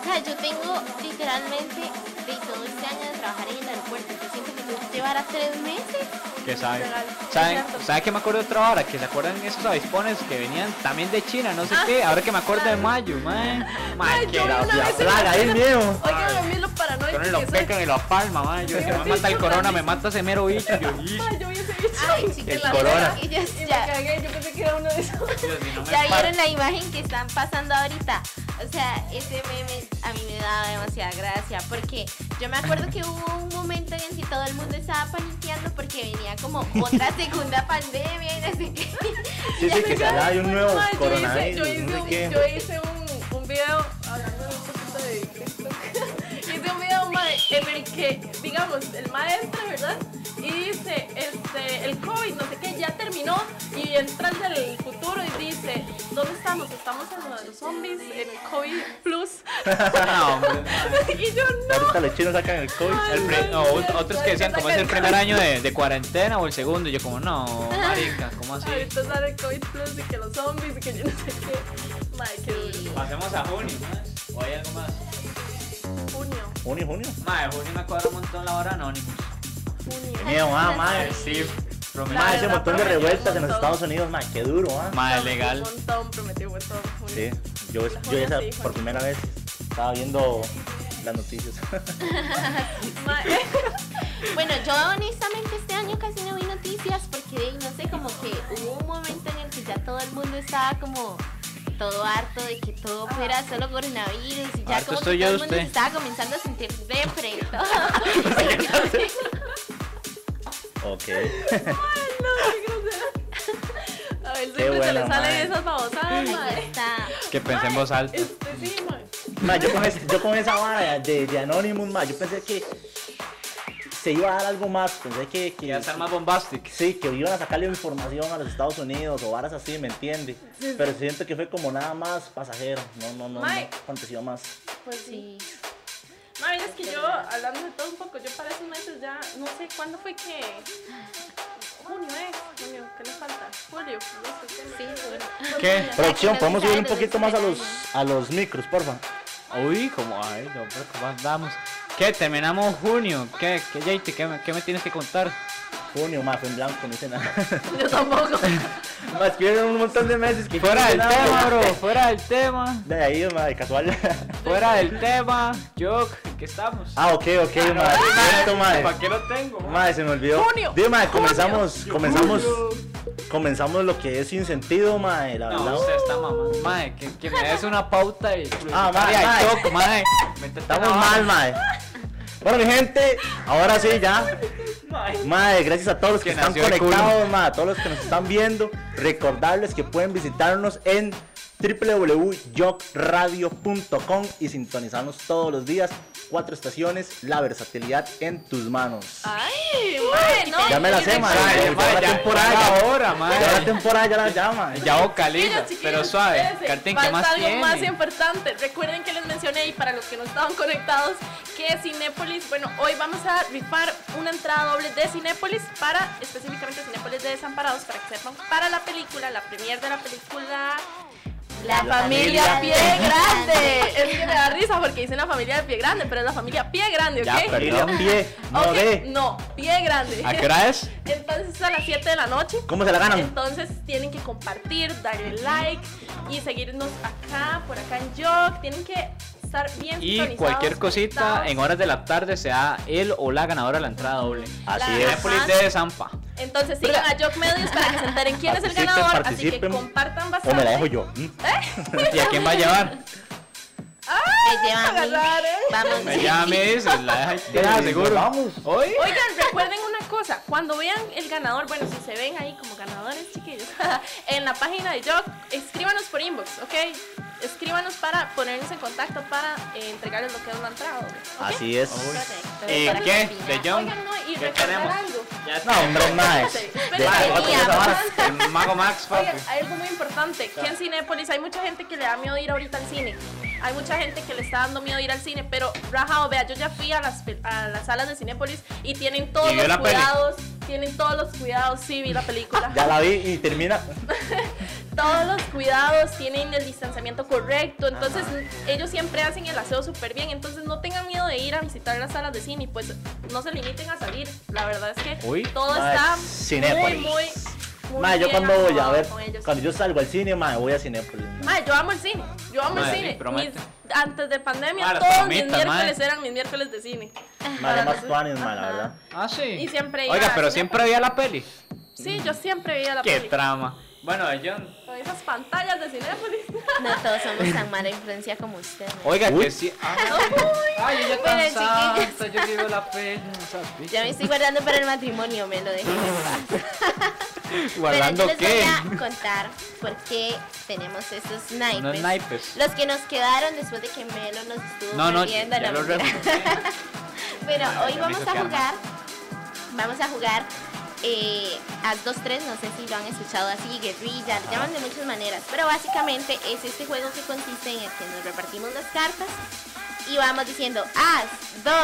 C: o sea, yo tengo literalmente de todo este año de trabajar en el aeropuerto, yo siento que yo llevara tres meses.
A: Que sabe.
B: Legal.
A: ¿Saben?
B: Exacto.
A: ¿Saben que me acuerdo de otra hora? Que se acuerdan esos avispones que venían también de China, no sé
B: Ah,
A: qué. Ahora que me acuerdo de mayo, mae. Mae,
B: Ay,
A: que
B: yo vi
A: la,
B: una
A: la
B: vez en
A: plaga, ahí
D: ahí mismo.
B: Oigan, a mí lo paranoico
A: Ponen los
B: que soy.
A: pecan y los palmas, mae. Yo dije, me mata el corona, me mata ese mero bicho. Yo, "Ish".
B: Ay, yo vi ese bicho.
C: Ay, chicas,
A: El corona.
C: Y ya-
B: Y me
C: ya-
B: cagué, yo pensé que era uno de esos.
A: Dios, si no me
C: Ya
A: par-
C: vieron la imagen que están pasando ahorita. O sea, ese meme a mí me daba demasiada gracia porque yo me acuerdo que hubo un momento en el que todo el mundo estaba paniqueando porque venía como
A: [laughs]
C: otra segunda pandemia y no sé qué. [laughs]
D: Sí, sí, que se hablaba de un nuevo
B: Ay, yo hice-
D: coronavirus,
B: Yo hice,
D: no sé
B: un,
D: qué.
B: yo hice un, un video hablando de un poquito de TikTok. [laughs] hice un video mae, en el que, digamos, el maestro, ¿verdad? Y dice, este, el COVID, no sé qué, ya terminó. Y entra el del futuro y dice, ¿dónde estamos? Estamos en lo de los zombies, en el COVID
D: [laughs]
B: Plus.
A: No, hombre.
B: [laughs] y yo no.
D: Ahorita los chinos sacan el COVID.
A: El pri- no, ot- otros que decían como es el primer año de, de cuarentena o el segundo, y yo como
B: [laughs]
A: no, marica, ¿cómo así?
B: Ahorita sale el COVID Plus y que los zombies y que yo no sé qué. Mae, qué duro.
A: Pasemos a junio, ¿no? ¿o hay algo más?
B: Junio,
D: Junio, junio.
A: Madre, junio me cuadra un montón la hora anónimos.
B: junio.
D: Miedo, ah, madre.
A: Sí,
D: Ma,
B: Claro,
A: promesa.
D: ese
B: la
D: montón de
B: verdad,
D: revueltas en
B: un
D: los
B: montón.
D: Estados Unidos, ma, qué duro, ah.
A: Madre, legal.
B: Un montón, prometió un montón.
D: Sí,
B: Julio. [laughs]
D: yo,
B: La
D: yo esa,
B: jornada sí,
D: por
B: Juan.
D: primera vez estaba viendo las noticias. [laughs]
B: Ma-
C: Bueno, yo honestamente este año casi no vi noticias porque no sé, como que hubo un momento en el que ya todo el mundo estaba como todo harto de que todo fuera solo coronavirus y ya
A: Harto
C: como que todo
A: estoy
C: el
A: yo de
C: mundo se
A: usted.
C: estaba comenzando a sentir depre y
A: [laughs]
C: todo.
D: ok. [laughs]
B: Ay, no, qué [laughs] grosera. A ver, siempre se
D: bueno,
B: le salen
D: mae.
B: esas babosadas, madre.
C: Está-
A: [laughs] Que pensemos alto.
B: Este sí, mae.
D: Ma, yo, con es- yo con esa vara de, de Anonymous, ma, yo pensé que se iba a dar algo más. Pensé que, que,
A: Ya están más bombastic.
D: sí, que iban a sacarle información a los Estados Unidos o varas así, ¿me entiendes? Pero siento que fue como nada más pasajero. No, no, no, no
B: Mae.
D: aconteció más.
B: Pues sí.
C: Sí.
B: Mae, es que yo, hablando de todo un poco, yo para esos meses ya, no sé cuándo fue que. Junio, ¿eh? Junio, ¿qué le falta? Julio, no sé qué.
C: Sí, julio.
A: ¿Qué?
D: Producción, podemos subir un
C: Claro,
D: poquito más a los, a los micros, porfa.
A: Uy, como, ay, no, pero ¿cómo andamos? ¿Qué? Terminamos junio. ¿Qué? ¿Qué, Jayte? ¿Qué, me- qué me tienes que contar?
D: Junio, ma, fue en blanco, no [laughs] hice nada.
B: Yo tampoco.
D: Ma, escribieron un montón de meses que
A: Fuera
D: no hice
A: del
D: nada,
A: tema,
D: ma.
A: bro. Fuera del tema.
D: [laughs] De ahí, ma, de casual. [laughs]
A: Fuera del tema. Joke, ¿qué estamos?
D: Ah, ok, ok, ma. Cierto, ma.
A: ¿Para qué lo tengo? ma?
D: Ma, se me olvidó.
B: Junio,
D: Dime, ma,
B: junio.
D: comenzamos, comenzamos, comenzamos lo que es sin sentido, ma, la
A: No,
D: verdad.
A: usted está mamando. Mae, que, que me des una pauta y.
D: Ah, mae,
A: Ay,
D: mae.
A: choco, mae. Métete
D: Estamos
A: la vara.
D: mal, ma. Bueno, mi gente, ahora sí, ya.
A: Mae.
D: Madre, gracias a todos los que,
A: Que
D: están
A: nació de culo.
D: conectados, ma, a todos los que nos están viendo. Recordarles que pueden visitarnos en www.yocradio.com y sintonizarnos todos los días. Cuatro estaciones, la versatilidad en tus manos.
B: Ay, mae, no.
D: Ya me la
B: y
D: sé,
B: de-
D: mae.
A: Mae,
D: ya la
A: ya-
D: temporada,
A: ya
D: ya-
A: ahora, mae.
D: Ya la temporada ya la llama.
A: Ya
B: Chiquillos,
A: vocaliza,
B: chiquillos,
A: pero suave.
B: espérense,
A: Cartín, ¿qué
B: falta
A: más
B: algo
A: tiene?
B: más importante. Recuerden que les mencioné y para los que no estaban conectados que Cinépolis, bueno, hoy vamos a rifar una entrada doble de Cinépolis para específicamente Cinépolis de Desamparados para que sepan para la película, la premier de la película
C: La
B: Familia,
D: familia
B: Pie Grande. Es que me da risa porque dicen la familia de Pie Grande, pero es la familia Pie Grande, ¿ok?
A: Ya, pero-
D: Familia
A: Perdón.
D: pie, no
B: Ok,
D: de.
B: no, Pie Grande.
A: ¿A qué hora es?
B: Entonces a las 7 de la noche.
D: ¿Cómo se la ganan?
B: Entonces tienen que compartir, darle like y seguirnos acá, por acá en Jog. Tienen que estar bien
A: Y
B: sintonizados,
A: cualquier cosita,
B: conectados.
A: en horas de la tarde sea él o la ganadora de la entrada doble.
D: Así
B: La-
D: es.
A: Cinépolis de Zampa. [laughs]
B: Entonces sigan a Jock Medios para que se enteren quién es el
D: Participen,
B: ganador. Así que
D: participen.
B: compartan
D: O
B: bastante.
D: me la dejo yo. Mm,
A: ¿Y a quién va a llevar?
C: Me lleva a mí.
B: agarrar, ¿eh?
C: Vamos.
A: Me llama y me dice, la deja ahí tirada,
D: Sí,
A: seguro.
D: vamos.
A: Hoy
B: Oigan, recuerden una cosa, cuando vean el ganador, bueno, si se ven ahí como ganadores, chiquillos, [laughs] en la página de Jock, escríbanos por inbox, ¿ok? Escríbanos para ponernos en contacto para eh, entregarles lo que es la entrada. ¿ok?
D: Así es.
A: ¿Y
C: Para
A: qué?
C: cocinar.
A: ¿De John?
B: Oigan, no, y
A: ¿Qué
B: recordar
A: tenemos?
B: algo.
A: Ya está.
D: No, hombre, más.
B: Espérate,
D: De-
B: espérate,
A: otro
B: y
A: que se
B: además-
A: abarca, el Mago Max, papi.
B: Oigan, hay algo muy importante, que en Cinépolis hay mucha gente que le da miedo ir ahorita al cine. Hay mucha gente que le está dando miedo ir al cine, pero rajado, vea, yo ya fui a las, pel- a las salas de Cinépolis y tienen todos
A: ¿Y vio
B: los
A: la peli? Ah,
B: cuidados, tienen todos los cuidados, sí vi la película.
D: Ya la vi y termina.
B: todos los cuidados, tienen el distanciamiento correcto, entonces ellos siempre hacen el aseo súper bien, entonces no tengan miedo de ir a visitar las salas de cine y pues no se limiten a salir, la verdad es que
A: Uy,
B: todo
D: mae,
B: está
D: Cinépolis.
B: muy, muy, muy
D: Mae, yo
B: bien
D: cuando voy a
B: acomodado
D: ver,
B: con ellos.
D: cuando yo salgo al cine, mae, voy a Cinépolis. mae.
B: Mae, yo amo el cine, yo amo
A: Mae,
B: el
A: sí,
B: cine.
A: promete.
B: Mis- antes de pandemia
A: Mae, las
B: todos mis
A: palomitas,
B: miércoles
A: mae.
B: eran mis miércoles de cine.
D: Mae,
B: Para
D: más
B: nosotros-
D: tuanes, mae, la
B: Ajá.
D: verdad.
A: Ah, sí.
B: Y siempre iba
A: Oiga,
B: a
A: pero
B: Cinépolis.
A: siempre veía la peli.
B: Sí, yo siempre veía la
A: Qué
B: peli.
A: trama. Bueno, de John.
B: Con esas pantallas de Cinépolis. [laughs]
C: No todos somos tan mala influencia como usted. ¿no?
A: Oiga,
D: Uy.
A: que sí. Ah, Ay,
B: Ay,
A: ella
C: Miren,
A: tan santa, yo quiero la peli. no sabes,
C: Ya me estoy guardando para el matrimonio, me lo dejé.
A: ¿Guardando
C: Pero yo
A: qué?
C: les voy a contar por qué tenemos esos naipes.
A: Unos naipes.
C: Los que nos quedaron después de que Melo nos estuvo
A: No, no,
C: perdiendo
A: ya
C: la
A: lo
C: mentira.
A: remonté.
C: Bueno,
A: Ya, ya
C: hoy
A: me
C: vamos
A: hizo
C: a
A: quedar
C: jugar. Vamos a jugar eh, As 2-3, no sé si lo han escuchado así, guerrilla, lo llaman de muchas maneras. Pero básicamente es este juego que consiste en el que nos repartimos las cartas y vamos diciendo As, 2,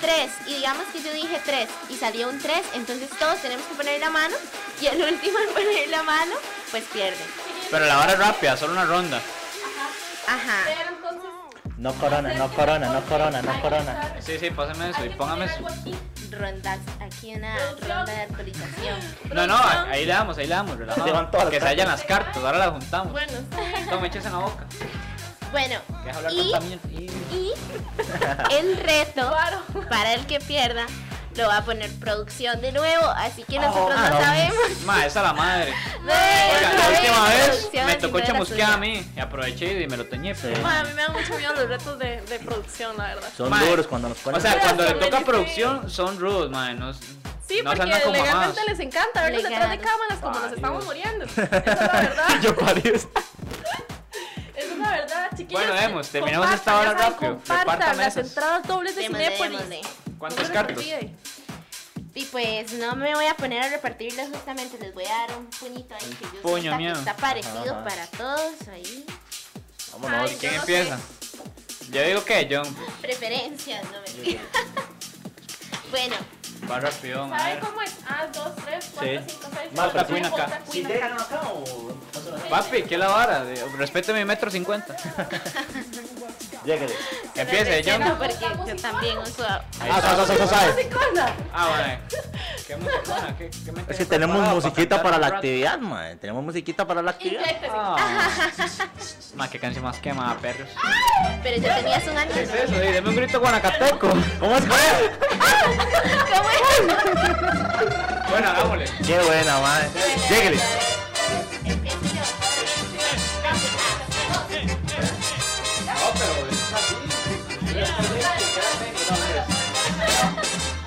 C: 3. Y digamos que yo dije 3 y salió un 3, entonces todos tenemos que poner la mano y el [laughs] último en poner la mano, pues pierde.
A: Pero la hora es rápida, solo una ronda.
C: Ajá.
B: Pero entonces.
D: No corona, no corona, no corona, no corona.
A: Sí, sí, pásame eso y póngame eso.
C: Rondas, aquí una ronda de actualización.
A: No, no, ahí le damos, ahí le damos,
D: Se
A: relajado.
D: van todas las
A: Que se
D: cartas.
A: hallan las cartas, ahora las juntamos.
B: Bueno,
A: Toma, échese en la boca.
C: Bueno,
A: Que es hablar
C: y
A: tanta mierda. Y-
C: Y
B: [laughs]
C: el reto
B: claro.
C: para el que pierda lo va a poner producción de nuevo, así que nosotros no, sabemos.
A: Ma, esa la madre.
C: No
A: Oh, ah, Oiga, la
C: sabemos
A: última vez
C: producción,
A: me
C: si
A: tocó
C: no era
A: chamusquear
C: suya.
A: a mí. Y aproveché y me lo teñé. pero-
B: Mae, a mí me dan mucho miedo los retos de, de producción, la verdad.
D: Son
A: Mae.
D: duros cuando nos ponen.
A: O sea, cuando le
B: Pero
A: toca
B: sí.
A: producción, son rudos, man. No, no
B: Sí,
A: se
B: porque
A: andan con
B: legalmente
A: mamadas.
B: les encanta vernos detrás de
C: Legal.
B: cámaras como nos
A: Ay, Dios.
B: estamos muriendo. Esa es la
A: [laughs]
B: verdad.
D: yo parís.
B: Esa es la verdad, chiquillos.
A: Bueno, vemos, terminamos
B: Compartan,
A: esta hora
B: ya saben,
A: rápido.
B: Compartan
A: Repartan
B: las
A: esas.
B: entradas dobles de
C: Démosle,
B: Cinépolis.
C: démosle.
A: ¿Cuántos
B: No se les
A: cartos?
B: olvide.
C: Y pues no me voy a poner a repartirlos justamente, les voy a dar un puñito ahí que yo
A: puño,
C: sienta que
A: miedo.
C: está parecido
D: Ajá.
C: para todos ahí. [laughs]
D: Vámonos.
B: Ay,
A: ¿Quién
B: yo no
A: empieza? Yo digo que John.
C: Preferencias, no me [laughs] Bueno,
A: Va rapidón, a
B: ¿Saben
A: ver.
B: cómo es? Ah, dos, tres, cuatro,
A: Sí.
B: cinco, seis.
A: Marta,
B: ocho,
A: cuina acá.
B: otra, cuina acá.
D: acá o.?
A: Papi, ¿qué la vara? De- Respete mi metro [laughs] cincuenta.
D: Llegale.
A: Empiece, John.
C: no, porque yo también uso
A: Ahí
D: Ah,
A: está.
D: sa, sa, sa, sa.
B: Sí, cona.
A: Ah, bueno. ¿Qué musicona? ¿Qué, qué me
D: Es que
A: tiene
D: tenemos
A: preparado
D: musiquita
A: cantar
D: para
A: un
D: la
A: rato?
D: actividad, mae. Tenemos musiquita para la actividad.
B: Inyéctese.
A: Ah.
D: [laughs]
A: Ma, qué canción más quemada, perros.
C: Pero ya tenías un
A: ¿Qué
C: antes.
A: es eso? Ey, Deme un grito guanacateco.
D: ¿Cómo es que?
A: Bueno, [laughs] hagámosle.
D: Qué buena, mae. Llegale.
A: No, pero es así.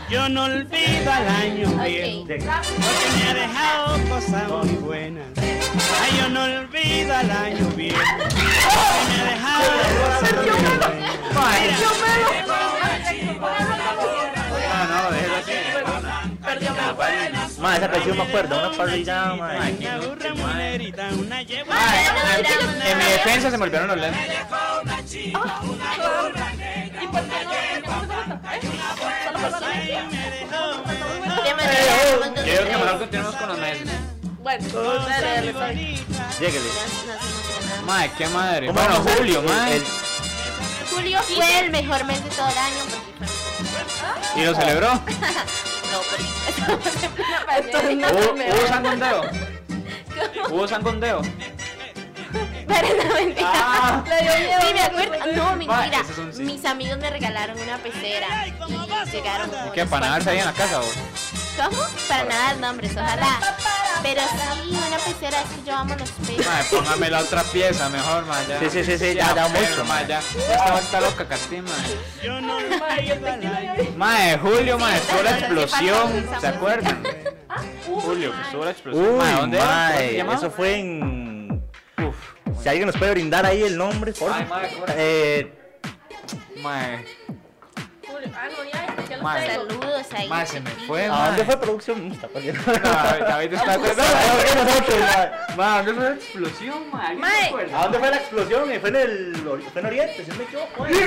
E: Yo no olvido al año viejo,
C: Ok.
E: porque me ha dejado cosas muy buenas. Ay, yo no olvido al año viejo, porque me ha dejado cosas muy buenas.
A: Mae.
D: No,
A: Ah,
D: no, déjelo así. Mae, esa canción me acuerdo. Una parrillada, mae.
E: Una burra monerita, una yegua.
B: Ah,
A: Mae, en- En mi defensa se me olvidaron los lentes.
E: Ay, me dejó
C: Tema
A: Eh, oh,
C: de- nos
A: Yo digo que mejor continuemos con los meses.
B: Bueno,
E: cosas
B: dale, dale,
E: muy
B: dale.
E: bonitas.
D: Llegale.
C: emocionamos.
A: Mae, qué madre.
D: ¿Cómo
A: Bueno,
D: vamos a-
A: Julio,
D: el-
A: mae.
D: el-
C: Julio fue el mejor mes de todo el año porque fue mi
A: ¿Y lo celebró?
C: No, pero
D: [laughs]
A: ¿Hubo hubo sangondeo? ¿Hubo sangondeo?
C: Pero no, mentira.
A: Ah.
B: Le dio miedo.
C: Sí, me acuerdo. No, mentira.
A: ese es un sí.
C: Mis amigos me regalaron una pecera y llegaron.
A: ¿Y qué? ¿Para nadar ahí en la casa vos?
C: ¿Cómo? Para nada, no, hombres, ojalá. Pero sí, una pecera es que yo amo los peces.
A: Mae, póngame la otra pieza mejor, mae. ya.
D: Sí, sí, sí, sí, ya, ya
A: pero,
D: mucho,
A: mae, ya. Esta va a estar loca, Casti, mae.
E: Yo no olvido al año.
A: Mae, Julio, mae,
C: Sí,
A: estuvo la
C: sí, falta
A: explosión,
C: organizar
A: ¿se
C: música.
A: acuerdan?
C: Uh,
A: Julio, que
C: mae.
A: estuvo la explosión.
D: Uy,
A: mae, ¿dónde era? ¿Cómo se
D: mae,
A: llamaba?
D: eso fue en...
A: Uf,
D: Si alguien nos puede brindar ahí el nombre, por
A: Ay, mae, ¿cómo era?
D: Eh,
A: mae.
B: Julio, Ah, no, ya, ya lo
A: Mae.
B: tengo.
C: Saludos ahí.
A: Mae, se me
C: chiquillos.
A: fue,
D: ¿A Ah, dónde
A: mae.
D: fue producción? [laughs] Está perdiendo.
A: Mae,
D: [laughs]
A: David está
D: No, no, no, no, nosotros, mae.
A: Mae, ¿dónde fue la explosión, mae? ¿Alguien
B: Mae.
A: se acuerda?
D: ¿A dónde fue la explosión? Eh, Fue en el ori- fue en Oriente, si no me equivoco. mae.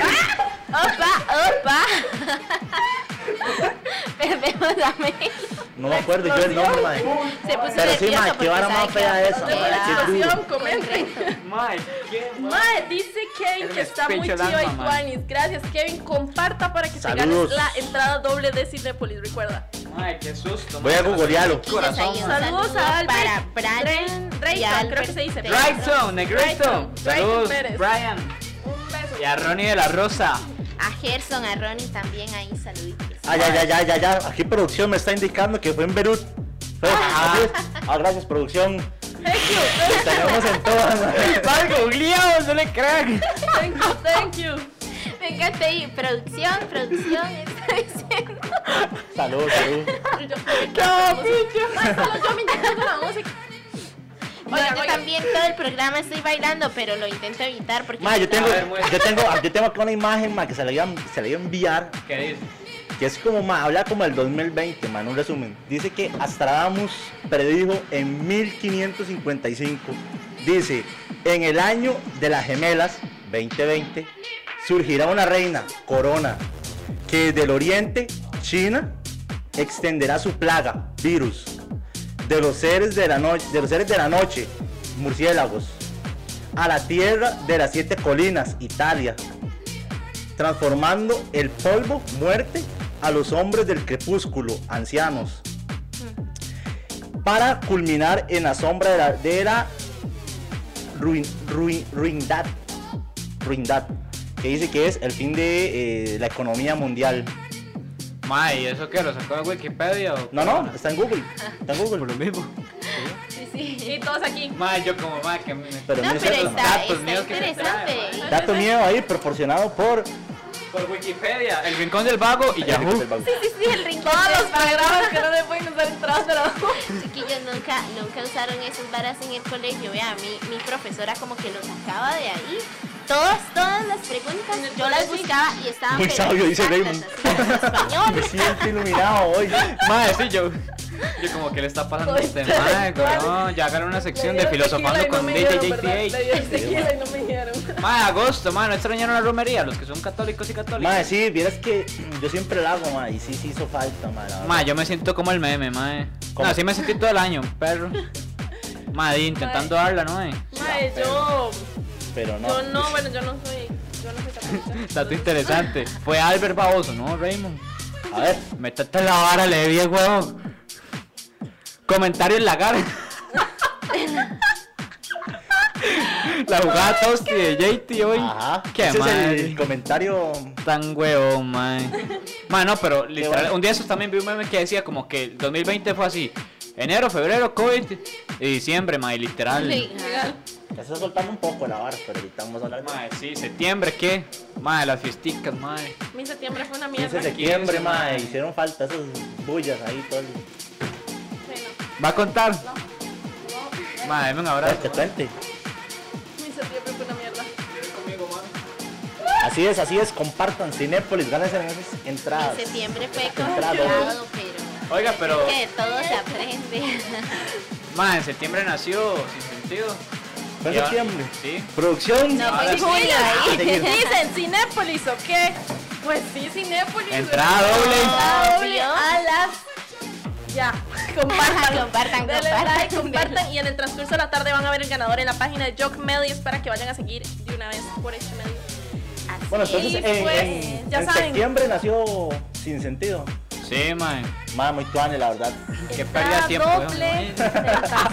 C: Opa, opa. [laughs] Perdemos a Mel.
D: No me acuerdo yo el nombre, mae.
C: Se puso
D: Pero sí,
C: nerviosa
D: mae, qué
C: porque
D: vara
C: sabe
D: más
C: que
D: fea
C: era
D: esa,
C: una
D: mae, qué
C: pecera.
D: duro.
B: Explosión, comenten.
A: Mae, ¿qué, mae?
B: Mae, dice Kevin
A: Era
B: que
A: un
B: está muy
A: despecho el
B: chido y
A: alma, mae.
B: Juanis. Gracias, Kevin. Comparta para que
D: Saludos.
B: te ganes la entrada doble de Cinepolis, recuerda.
A: Mae, qué susto.
D: Voy
A: mae,
D: a googlearlo.
A: qué corazón,
C: Ahí, un
A: mae.
B: Saludos
C: saludo
B: a Albert
C: Para Brian.
B: Dre- Drayton,
C: y Albert
B: creo que se dice.
C: Dre-
A: Brighton,
B: Brighton,
A: Negrito. Saludos,
B: Brian Pérez.
A: Brian.
B: Un beso.
A: Y a Ronnie de la
D: [laughs]
A: Rosa.
C: A Gerson, a Ronnie también ahí saluditos.
D: Ah, ya, ya, ya, ya, ya. Aquí producción me está indicando que fue en Beirut. Fue-
A: Ah.
D: así es. Ah, gracias, producción.
B: Thank you.
D: Tenemos en todas.
A: Mal googleado, no le crean.
B: Thank you, thank you.
C: Me encanta ahí. Producción, producción. está [laughs] diciendo.
D: Salud, salud.
B: Yo- Ay, solo yo me intento la música.
C: No,
B: Oigan,
C: yo
B: oigan.
C: también todo el programa estoy bailando, pero lo intento evitar porque.
D: Ma, yo tengo,
A: A ver, muestra.
D: yo tengo, yo tengo acá una imagen, ma, que se la iba, a- se la iba a enviar,
A: ¿Qué dices?
D: que es como, ma, habla como del 2020, ma, en un resumen. Dice que Astradamus predijo en 1555, dice, en el año de las gemelas, 2020, surgirá una reina, corona, que del oriente, China, extenderá su plaga, virus, de los seres de la noche, de los seres de la noche, murciélagos, a la tierra de las siete colinas, Italia, transformando el polvo, muerte, a los hombres del crepúsculo, ancianos, para culminar en la sombra de la, de la ruin, ruin- ruindad, ruindad, que dice que es el fin de eh, la economía mundial.
A: Mae, ¿y eso qué? ¿Lo sacó de Wikipedia o
D: No, no, está en Google, está en Google.
C: Sí, sí.
B: Y todos aquí.
A: Mae, yo como mae que me...
D: Pero
C: No,
D: mira,
C: pero
D: ese-
C: está,
A: datos
C: está
A: míos que se traen,
C: interesante.
D: Dato mío ahí proporcionado por
A: Por Wikipedia, El Rincón del Vago y Yahoo.
C: Sí, sí, sí, el rincón.
B: Todos los
C: del vago.
B: programas que no le pueden usar entradas de la
C: Chiquillos nunca, nunca usaron esas varas en el colegio. Vea, mi, mi profesora como que lo sacaba de ahí. Todas, todas las preguntas
B: el
C: yo las
B: colegio.
C: buscaba y estaban
D: Muy
C: pero
D: sabio, dice
C: exactas, así, en
D: Me
C: español.
D: siento iluminado hoy.
A: Mae, sí, yo... Yo como que le está pasando a este mae, no, ya hagan una [laughs] sección de filosofando con DJ
B: Le
A: JTA.
B: dieron tequila y no me dijeron.
A: Mae, agosto, mae, no extrañaron la romería, los que son católicos y católicos.
D: Madre, sí, vieras que yo siempre la hago, madre, y sí, sí hizo falta, madre. la verdad.
A: Ma, yo me siento como el meme, mae.
D: ¿Cómo?
A: No, así me sentí todo el año, perro. Madre, intentando darla, ¿no? Eh?
B: Mae, yo.
D: Pero no.
B: Yo no, bueno, yo no soy. Yo no soy católica.
A: pues Dato interesante. Fue Albert Baboso, ¿no, Raymond?
D: A ver,
A: Métete la vara, le di el huevo. Comentario en la cara. la jugada tosti de JT hoy.
D: ajá.
A: Qué eh.
D: Ese
A: mal.
D: es el comentario.
A: Tan huevón, mae. Mae, no, pero literal,
D: bueno.
A: un día eso también vi un meme que decía como que el 2020 fue así. Enero, febrero, COVID y diciembre, mae, literal.
C: Legal.
D: Ya se está soltando un poco la vara, pero ahorita vamos a hablar de
A: Mae, sí, septiembre, ¿qué? Mae, las fiesticas, mae.
B: Mi septiembre fue una
D: 15
B: mierda.
D: de septiembre,
A: Tranquilo,
D: madre.
A: madre.
D: Hicieron falta esas bullas ahí, todo el.
B: Sí, no.
A: ¿Va a contar? Mae, deme un abrazo.
D: Que cuente.
B: Mi septiembre fue una mierda.
D: Así es, así es. Compartan Cinépolis, gánense en esas
C: En
D: entradas.
C: septiembre fue
D: Temprano.
C: complicado, pero.
A: Oiga, pero,
C: Que de todo se aprende.
A: mae, en septiembre nació, sin sentido.
D: Fue en
A: Ya.
D: septiembre.
A: Sí.
D: Producción.
C: No,
A: Ahora
C: fue en
A: sí.
C: julio
D: A
C: ahí.
D: seguir.
B: [laughs] Dicen Cinépolis o qué? Pues sí, Cinépolis.
A: Entrada doble.
B: Entrada doble
C: Obvio.
B: a las. Ya, compartan.
C: [laughs] Compartan,
B: Denle like,
C: compartan.
B: compartan y en el transcurso de la tarde van a ver el ganador en la página de Jock Medios para que vayan a seguir de una vez por este medio.
C: Así
D: Bueno, entonces
B: Sí,
D: en,
B: pues,
D: en-
B: ya
D: en
B: saben.
D: septiembre nació Sin Sentido.
A: Sí, mae.
D: Mae, muy tuane, la verdad.
A: Qué
B: Está
A: pérdida de tiempo.
B: doble tentación.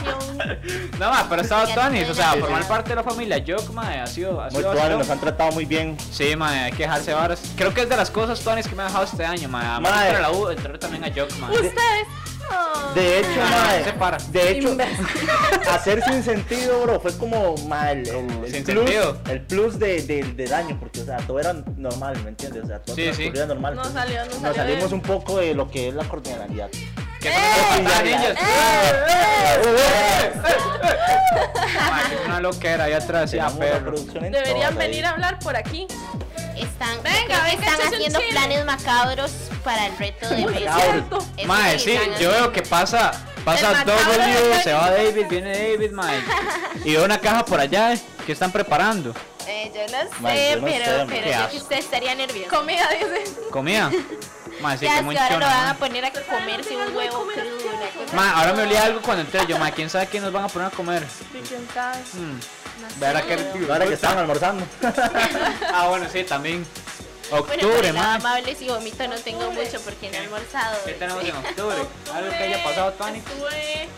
A: digamos, mae. No, mae, pero estaba
C: Ya no
A: Tuanis. O
C: pueden
A: sea,
C: hacer
A: formar
C: nada.
A: parte de la familia Jock, mae, ha sido. Ha
D: Muy
A: sido
D: tuane,
A: vacilón.
D: nos han tratado muy bien.
A: Sí, mae, hay que dejarse varas. Creo que es de las cosas, Tuanis, que me ha dejado este año, mae. Además,
D: Mae.
A: entre la U, entré también a Jock, mae.
B: Ustedes. Oh.
D: De hecho,
A: Ah,
D: mae,
A: se para.
D: de hecho,
B: Imbécil.
D: hacer sin sentido, bro, fue como mae, el, el- el
A: Sin
D: plus,
A: sentido.
D: el plus de, de- del año, porque, o sea, todo era normal, ¿me entiendes? O sea, todo
A: Sí, sí.
D: transcurría normal.
B: No
D: entonces,
B: salió, no
D: Nos
B: salió
D: salimos
B: bien.
D: un poco de lo que es la cordialidad.
A: ¿Qué
B: ¡Eh!
A: son
D: ¡Eh!
A: niños? Una loquera ahí atrás, ya,
D: Tenemos la
A: perro.
D: producción en
B: Deberían
D: todas ahí.
B: venir a hablar por aquí.
D: eh,
C: Están,
B: Venga,
C: creo que
B: venga,
C: están
B: échese un
C: haciendo
B: chile.
C: planes macabros para el reto de
B: Muy
D: Cabros.
B: cierto.
C: Eso
A: Mae,
C: es
A: sí,
C: gana.
A: yo veo que pasa, pasa
B: El macabro
A: W,
B: está
A: se va David, viene David, mae. Y veo una caja por allá, eh, ¿qué están preparando?
C: Eh, yo no sé,
D: Mae, yo no sé,
C: pero,
D: mae.
A: Qué
C: pero yo
A: asco.
C: que usted estaría nervioso.
B: Comida, dice.
A: ¿Comida? Mae, sí,
C: Ya,
A: que
C: es
A: muy
C: que ahora lo van
A: chona.
C: a poner a comerse un huevo crudo. una cosa.
A: Mae, ahora me olía algo cuando entré yo, mae, quién sabe qué nos van a poner a comer. Hmm, Verá que
D: Ahora que están almorzando. [laughs]
A: Ah, bueno, sí, también.
C: Bueno,
A: Octubre,
C: por el lado
A: mae.
C: amables y vomito no tengo mucho porque no he almorzado.
A: ¿Qué tenemos en octubre? Algo que haya pasado, Tony.
B: Estuve-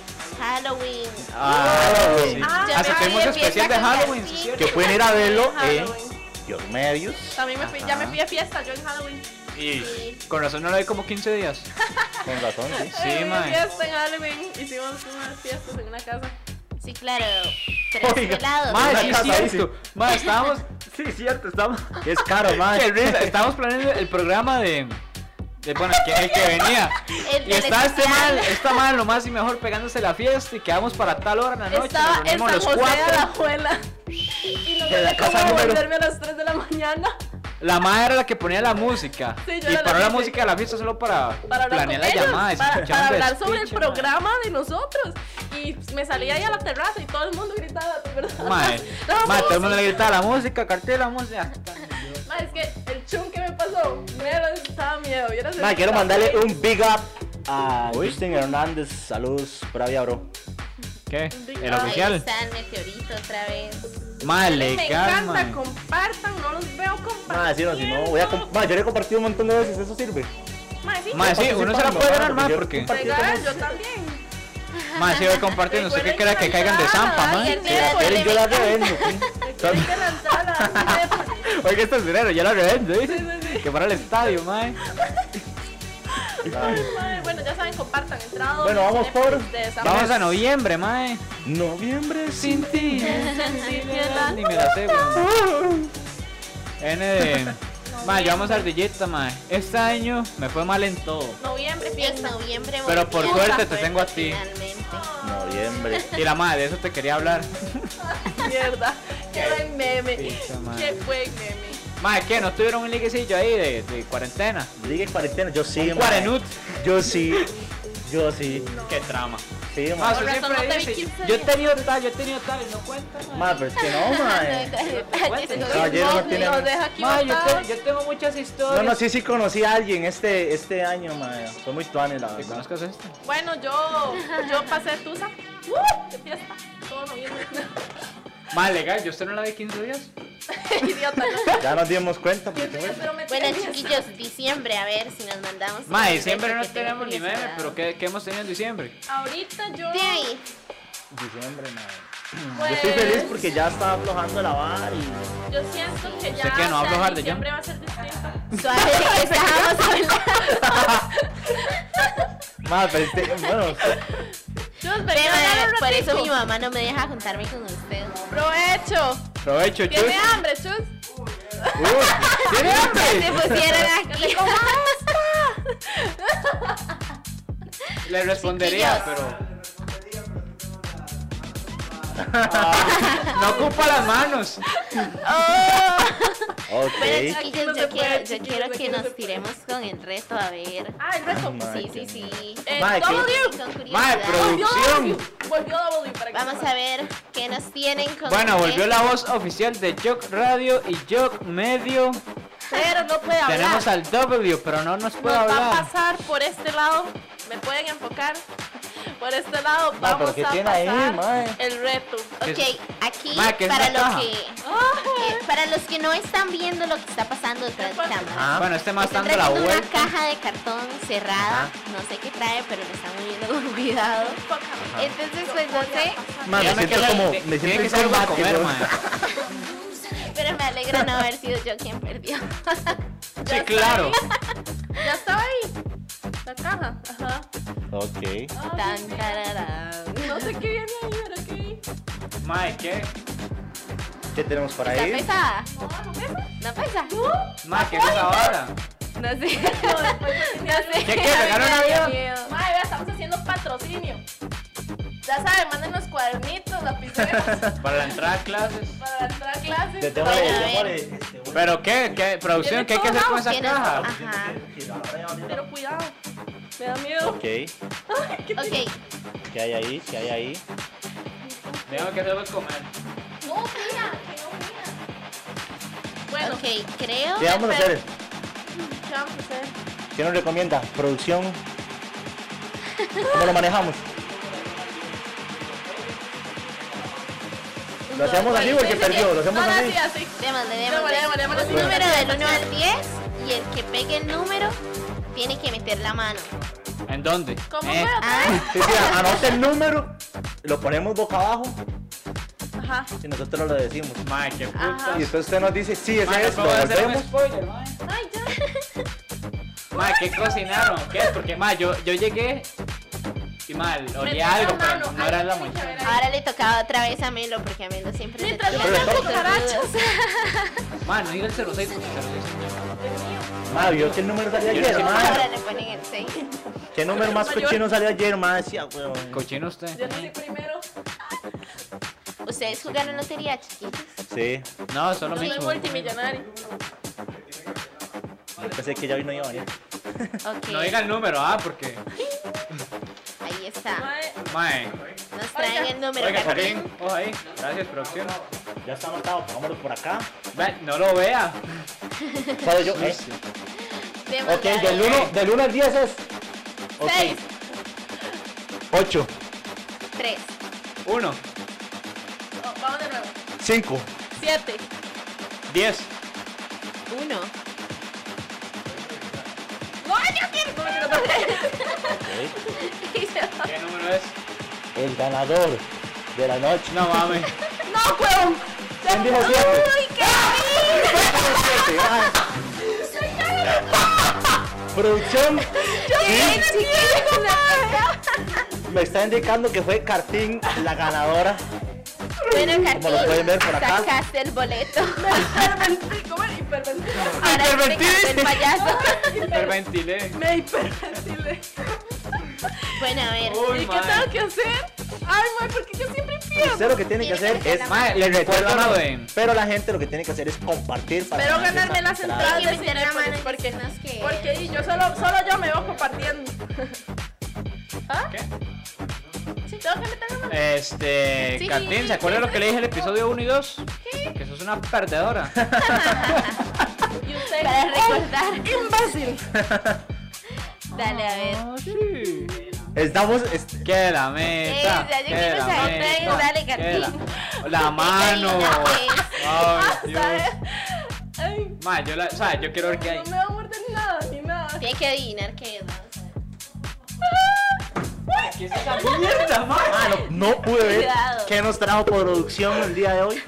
C: [laughs] Halloween.
A: Ah, sí.
B: Ah,
A: Ah, sí,
B: ya
A: tenemos
C: me
A: especial de
C: fui de
A: Halloween, sí,
C: fiesta
A: cierto.
D: que pueden ir a verlo en
B: Halloween.
D: Dios Medios.
B: También me fui, ya me
A: Ajá.
B: fui a fiesta yo en Halloween.
A: Y con razón no lo hay como 15 días.
D: Con razón, sí.
A: Sí,
B: me fui a
A: mae.
B: fiesta en Halloween. Hicimos unas fiestas en una casa.
C: Sí, claro. Tres
D: Oiga,
C: pelados.
A: Mae,
D: Una
A: sí,
D: casa ahí,
A: es cierto. Mae, estábamos. Sí, cierto, estamos.
D: Es caro,
A: [laughs]
D: man.
A: Qué risa, Estábamos planeando el programa de. de, bueno, el que, el que
B: [laughs]
A: venía.
C: El
A: Y
C: del
A: está este
C: especial.
A: mal, está mal, lo más y mejor pegándose la fiesta y quedamos para tal hora en la noche. nos
B: Estaba en
A: reunimos
B: San
A: los
B: José de la
A: cuatro.
B: Abuela. Y no
D: De la
B: sé
D: casa
B: cómo
D: número-
B: volverme a las 3 de la mañana.
A: La madre era la que ponía la música.
B: Sí, yo
A: y
B: era la
A: paró la
B: música.
A: música de la fiesta solo para,
B: para hablar
A: planear
B: con
A: la
B: ellos,
A: llamada. y se
B: para,
A: escuchaba
B: para
A: un
B: hablar sobre el
A: despiche, madre.
B: programa de nosotros. Y me salía ahí a la terraza y todo el mundo gritaba, ¿verdad?
A: Mae,
B: [laughs] La
A: mae, todo el mundo
B: música.
A: le gritaba la música, cartel la música.
B: Mae, es que el chun que me pasó, me estaba miedo. Yo era
D: Ma, quiero
B: así.
D: mandarle un big up a Justin Hernández. Saludos, bravia, bro.
A: ¿Qué? El
B: Ahí
A: oficial.
C: Está el meteorito otra vez.
A: Mae,
B: Me
A: legal,
B: encanta,
A: mae.
B: compartan, no los veo
D: Ma, sí,
B: compartiendo.
D: no, si no, voy a comp- Ma, yo le he compartido un montón de veces, eso sirve.
B: Mae, sí,
A: Mae, Ah, sí, uno se la puede ganar, mae, porque.
B: regalan, yo también.
A: Mae, sí, voy compartiendo. ¿Usted qué
B: Recuerden
A: crea que
B: que
A: caigan de
B: la
A: zampa,
B: entrada,
A: mae?
B: el-
D: Si la quieren, yo la revendo.
B: Tienen [laughs] que lanzar
D: [laughs]
B: a la
A: Oiga, este es dinero, ya la revendo, ¿eh? Que para el estadio, mae. [laughs]
D: Ma,
B: Mae, Bueno, ya saben, compartan entrados.
D: Bueno, vamos por-
A: Vamos a noviembre, mae.
D: Noviembre sin
A: ti. Ni me la sé, weón.
B: [laughs]
A: N de. Mae, llevamos ardillita, mae. Este año me fue mal en todo.
B: Noviembre,
C: En
B: fiesta.
C: noviembre.
A: Pero por
C: volvieron
A: suerte
C: las
A: te tengo a
C: puertas
A: ti.
C: Finalmente.
D: Noviembre.
A: Y la madre, de eso te quería hablar.
B: [laughs]
D: [laughs]
B: Mierda, qué buen meme.
A: Picha, madre.
B: Qué buen meme.
A: Mae, ¿qué? ¿No tuvieron un liguecillo ahí de, de cuarentena?
D: Liga y cuarentena, yo sí,
A: Un
D: ma.
A: cuarenut.
D: Yo sí. Yo sí.
A: Qué trama.
D: Sí,
A: Ma,
D: ma.
A: usted
C: razón
A: Ah,
C: no
A: siempre
C: te vi
A: dice,
C: 15
A: yo he
C: días".
A: tenido tal, yo he tenido tal, y no cuenta, mae.
D: Ma, pero es que no, ma. eh.
B: [laughs]
D: Caballero, no
B: Nos
D: tiene-
B: nos deja aquí
A: Mae, yo, te-
B: botados.
A: yo tengo muchas
D: No,
A: historias.
D: no, sí, sí conocí a alguien este, este año, ma. Fue muy tuanes, la
A: ¿Te
D: verdad.
A: Ah, conozcas esto?
B: Bueno, yo, yo pasé
A: [laughs]
B: Tusa. ¡Uh! ¡Qué fiesta! Todo noviembre. [laughs]
A: Mae, legal, yo usted no la vi 15 días.
B: Idiota.
D: Ya nos dimos cuenta.
B: Yo
D: Porque,
B: tenía cero
C: [laughs] Bueno,
B: metas.
C: chiquillos, diciembre, a ver si nos mandamos.
A: Mae,
C: un
A: diciembre
C: reto
A: no
C: que tengo
A: tenemos ni meme,
C: curiosidad.
A: pero ¿qué, qué hemos tenido en diciembre?
B: Ahorita yo.
C: De ahí.
D: diciembre, ma.
B: pues,
D: Yo estoy feliz porque ya está aflojando la vara y
B: Yo siento que ya.
A: Sé que no hablo
B: o sea,
A: hard de
B: diciembre
A: yo.
B: va a ser distinto.
C: Suave, que estábamos
A: [laughs]
C: hablando.
D: Madre, pero este, bueno,
B: [laughs] Yo os venía a hablar
C: Pero,
B: un
C: por eso
B: ratico.
C: mi mamá no me deja juntarme con ustedes.
B: Provecho.
A: Provecho, chus.
B: ¿Tiene hambre, chus?
A: Uy, ¿Tiene
C: [laughs] Se
A: hambre?
C: pusieron aquí. [laughs]
A: Le respondería, pero. [laughs] Ah, no ocupa las manos.
C: Bueno,
D: ok.
B: Oh. no
C: chiquillos,
B: se puede,
C: yo quiero, yo
B: chiquillos,
C: quiero
B: aquí
C: que
B: no se
C: nos
B: puede.
C: tiremos con el reto, a ver.
B: Ah, el resto.
D: Madre,
C: Sí, sí,
D: qué mierda.
C: sí.
B: Eh,
D: Madre,
B: W.
D: qué-
C: Con
A: Oh Mae,
C: curiosidad.
A: pero-
B: Volvió
A: Producción.
B: W. Volvió W para que
C: Vamos a ver qué nos tienen con
A: Bueno,
C: el
A: volvió la
C: reto.
A: voz oficial de Jock Radio y Jock Medio.
B: Pero no puede hablar.
A: Tenemos al W, pero no nos puede
B: Nos va a
A: hablar.
B: pasar por este lado. Me pueden enfocar. Por este lado
D: Ma, pero
B: vamos
D: ¿qué
B: a
D: tiene ahí,
B: pasar
D: mae?
B: el reto. Ah,
C: Ok, aquí
A: Ma, ¿qué es
C: para
A: la caja?
C: lo que eh, para los que no están viendo lo que está pasando detrás de cámara.
A: Ah, bueno, este más
C: Está
A: dando la
C: trayendo una
A: vuelta.
C: caja de cartón cerrada, no sé qué trae, pero lo está moviendo con cuidado. Entonces, pues no sé,
D: Ma, me
A: Tiene que
D: siento
A: ser-
D: como.
A: te- tiene
D: Me siento
A: que
D: en
A: ser algo a
D: combate,
A: comer,
D: weón.
A: mae.
C: pero me alegra no haber sido yo quien perdió. [laughs]
A: Sí, claro.
B: Ya estaba ahí. La caja. Ajá.
D: Ok.
C: Tan, tararán.
B: No sé qué viene ahí, pero qué.
A: Mae, ¿qué?
D: ¿Qué tenemos para
C: ¿Está
D: ahí?
C: pesada? ¿No pesa?
A: Mae, ¿qué es esa vara?
C: No sé. No sé.
A: ¿Qué quiere? ¿Pegar un
C: Me dio
A: avión?
C: miedo.
B: Madre, vea, estamos haciendo patrocinio. Ya saben, manden los cuadernitos,
D: [laughs]
B: lapiceros
A: Para la entrada a clases.
B: para entrar a clases.
D: Te tengo
C: Bueno,
D: de-
C: a
D: tengo
C: ver.
D: de- este, bueno,
A: ¿Pero qué? ¿Qué? ¿Producción? ¿Qué hay que hacer con esa
C: Tienes-
A: caja?
C: Ajá.
B: Pero cuidado. Me da miedo.
D: Ok. ¿Qué
C: Ok,
D: hay ahí? ¿Qué hay ahí?
A: Tengo que hacer algo a comer.
C: Oh,
B: No, mira, que no mira. Bueno,
C: ok, creo.
D: ¿Qué vamos a hacer?
B: ya vamos a hacer.
D: ¿Qué nos recomienda? ¿Producción? ¿Cómo lo manejamos? Lo hacemos así o el que
B: Sí, sí, sí.
D: perdió, lo hacemos
B: no, no,
D: así.
B: Ah, sí, así.
C: Démosle,
B: Démosle,
C: démosle.
B: démosle, démosle.
C: Un número del 1 al 10 y el que pegue el número tiene que meter la mano.
A: ¿En dónde?
B: ¿Cómo
A: Eh,
B: fue? [laughs]
C: Ah,
D: Sí, sí, anota el número, lo ponemos boca abajo
B: Ajá.
D: y nosotros lo decimos.
A: Mae, qué puta.
D: Y después usted nos dice, sí, ese
A: Mae,
D: es,
A: no
D: lo
A: puedo hacer un
D: volvemos.
A: spoiler, mae.
B: Ay,
A: [laughs]
B: ya.
A: Mae, ¿qué cocinaron? ¿Qué? Porque, mae, yo, yo llegué y, mal
B: Metí
A: olía
B: la
A: algo, pero
B: mano.
A: no era
B: Ay,
A: la
B: tiene que
A: mochila.
B: haber ahí.
C: ahora le tocaba otra vez a Melo porque a Melo siempre le
B: Mientras no
D: Pero
B: sean
D: todo.
B: cucarachas.
A: Mae, no diga el 06 porque 06.
D: Ma, vio que el número salió
A: Yo no
D: ayer,
A: sé
D: ma.
C: Ahora le ponen el 6.
D: ¿Qué número más
B: Mayor.
D: cochino salió ayer, ma? Decía, weón.
A: Cochino usted.
B: Yo no soy primero.
C: ¿Ustedes jugaron lotería, chiquitos?
D: Sí,
A: No, solo
B: Yo
A: me
B: soy
A: hizo.
B: multimillonario.
D: yo pensé que ya hoy no iba a venir.
C: Ok,
A: No diga el número, ah, porque.
C: ahí está.
B: Mae,
A: Mae.
C: Nos traen
B: Oiga.
C: el número.
A: Oiga,
C: Karim.
A: Karim, ojo ahí. Gracias, producción.
D: Ya está marcado, vámonos por acá.
A: Ve, no lo vea.
D: Solo yo, eh.
C: Démosle,
D: Ok,
C: a ver.
D: del 1 del uno al 10 es.
B: Seis.
D: 8,
C: Tres.
A: Uno,
B: Oh, vamos de nuevo.
D: 5,
B: [laughs] Siete.
A: diez.
C: Uno.
B: No, yo quiero. No, yo no
D: [laughs]
A: ¿Qué número es?
D: El ganador de la noche.
A: No mames.
B: No, huevón.
D: ¿Quién dijo siete?
B: Uy, qué
C: [laughs]
D: Siete, ah. Producción
B: bien.
D: [laughs] me está indicando que fue Cartín la ganadora.
C: Bueno,
D: Como lo pueden ver por acá.
C: sacaste el
D: [laughs]
C: boleto.
B: Hiperventil- ¿Cómo era? Hiperventil.
C: Ahora te
A: Hiperventil.
C: cantó el
D: [laughs]
C: payaso.
A: Hiperventilé.
B: Me hiperventilé.
C: Bueno, a ver.
A: Uy,
B: ¿Y qué
A: mae.
B: tengo que hacer? Ay, mae, ¿por qué yo siempre
D: Usted
B: pierdo?
D: lo que tiene que hacer es.
A: Mae, le recuerdo
D: Recuerda,
A: lo de.
D: Pero la gente lo que tiene que hacer es compartir para.
B: Espero
D: ganar
B: ganarme
D: esa
B: las
D: entrada.
B: entradas de
C: Hay que meter la mano
B: Cinépolis
C: y
B: porque
C: decirnos que-
B: porque y yo solo solo yo me voy compartiendo. ¿Ah?
A: ¿Qué?
B: Sí, tengo que meter la mano.
A: Este.
B: Sí.
A: Katín, ¿se acuerda lo que le dije en el episodio 1 y 2? Que sos una perdedora.
B: Y usted
C: Para recordar.
B: imbécil.
C: Dale,
A: [laughs]
C: a ver.
A: Ah, sí.
D: Estamos. est-
A: Que la meta.
C: Esa, yo
A: que
C: quiero
A: la
C: saber,
A: meta,
C: dale,
A: que
C: Cartín.
A: La, [laughs] la mano.
C: una vez.
A: Ay, Dios.
B: Hasta Ay,
A: Ma, yo la, o sea, yo quiero ver qué hay.
B: no me va a morder nada ni [laughs] nada.
C: Tiene que adivinar qué es. vamos a ver.
A: ¿Qué es esa [laughs] mierda, ma?
D: Ah, no, no pude ver
C: Cuidado.
D: qué nos trajo producción el día de hoy.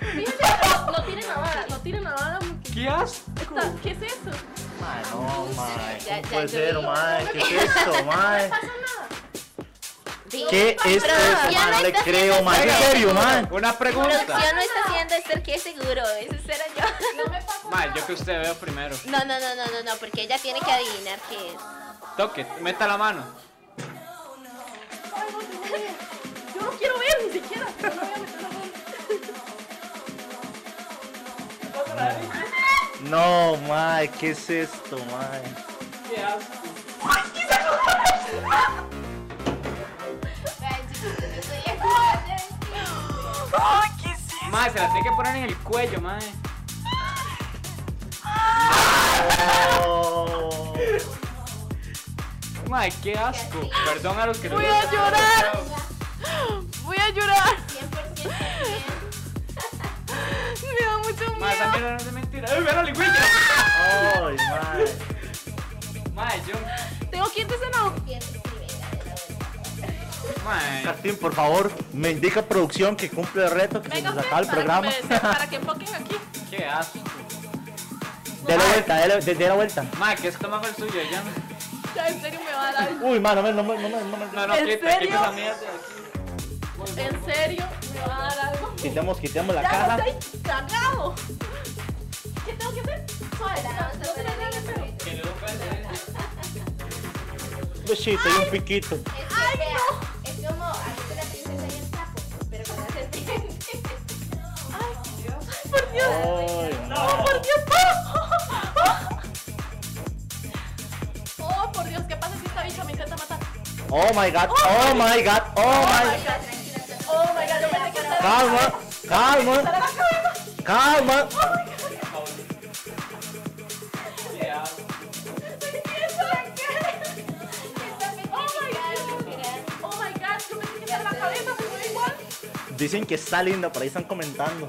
B: No tiene nada, no tiene nada. porque
A: ¿Qué haces?
B: está- ¿Qué es eso?
D: Mae, Ah, no, mae.
C: Ya-
D: ¿cómo
C: ya
D: puede
C: yo
D: ser,
C: digo,
D: mae? ¿Qué es esto, mae?
C: Sí.
D: ¿Qué es
C: Producción
D: esto, mae?
C: no
D: No le
C: está
D: creo,
C: haciendo
D: mae. ¿En
C: esto
D: serio,
C: seguro.
D: mae?
A: Una pregunta.
C: Producción no está haciendo esto que es seguro. Eso será yo.
B: No me pasa
A: Ma,
B: nada.
A: yo que usted veo primero.
C: No, no, no, no, no, no, porque ella tiene que adivinar qué es.
A: Toque, meta la mano.
B: Ay, no, yo no voy a- Yo no quiero ver ni siquiera. Yo no voy a meter la mano. Otra vez.
D: No, mae, ¿qué es esto,
B: [laughs]
D: mae?
A: ¿Qué haces? Ma, se la tiene que poner en el cuello, ma.
D: No.
A: Mae, qué asco. Perdón a los que les
B: Voy
A: gusta.
B: a llorar. Voy a llorar.
C: 100% bien.
B: Me da mucho
A: Mae, esa
B: miedo.
A: mierda no es de mentira. ¡Ay, vean la lengüilla!
D: Ay, madre.
A: Mae, yo.
B: Tengo que irte a
C: Pienso que venga de la vuelta.
A: Mae.
D: Martín, por favor, me indica producción que cumple el reto que se
B: Venga,
D: nos
B: usted,
D: acaba el
B: para que
D: programa.
B: me des- Para que enfoquen aquí.
A: Qué asco.
D: [laughs] Dele vuelta, dele, de- dele vuelta.
A: Mae, que esto más fue el suyo, ya.
B: Ya, en serio me va a dar.
D: Uy, mano, no me, no me, no me, no me-
A: No, no,
B: ¿En
A: quita,
B: serio?
A: quita esa mierda de aquí.
B: En serio, me va a dar algo.
D: Quitemos, quitemos la
B: Ya
D: caja.
B: lo estoy cagado. ¿Qué tengo que hacer? Suave, no, no se le haga el pelo.
A: Que le doy un beso, eh.
D: Un besito y un piquito.
C: Es que, vea, es como ahorita la princesa y el sapo, pero con las serpientes.
B: Ay, por Dios.
D: Ay,
B: Oh,
D: madre.
B: por Dios. Oh, Oh, por Dios, ¿qué pasa si esta bicha me intenta matar?
D: Oh my god, oh my god, oh my god.
B: Oh my god, yo pensé que esta era-
D: Calma,
B: esta
D: calma,
B: era la cabeza.
D: calma.
A: Qué asco.
B: Oh my god, yo pensé que esta era la cabeza, pero me da igual.
D: Dicen que está linda, por ahí están comentando.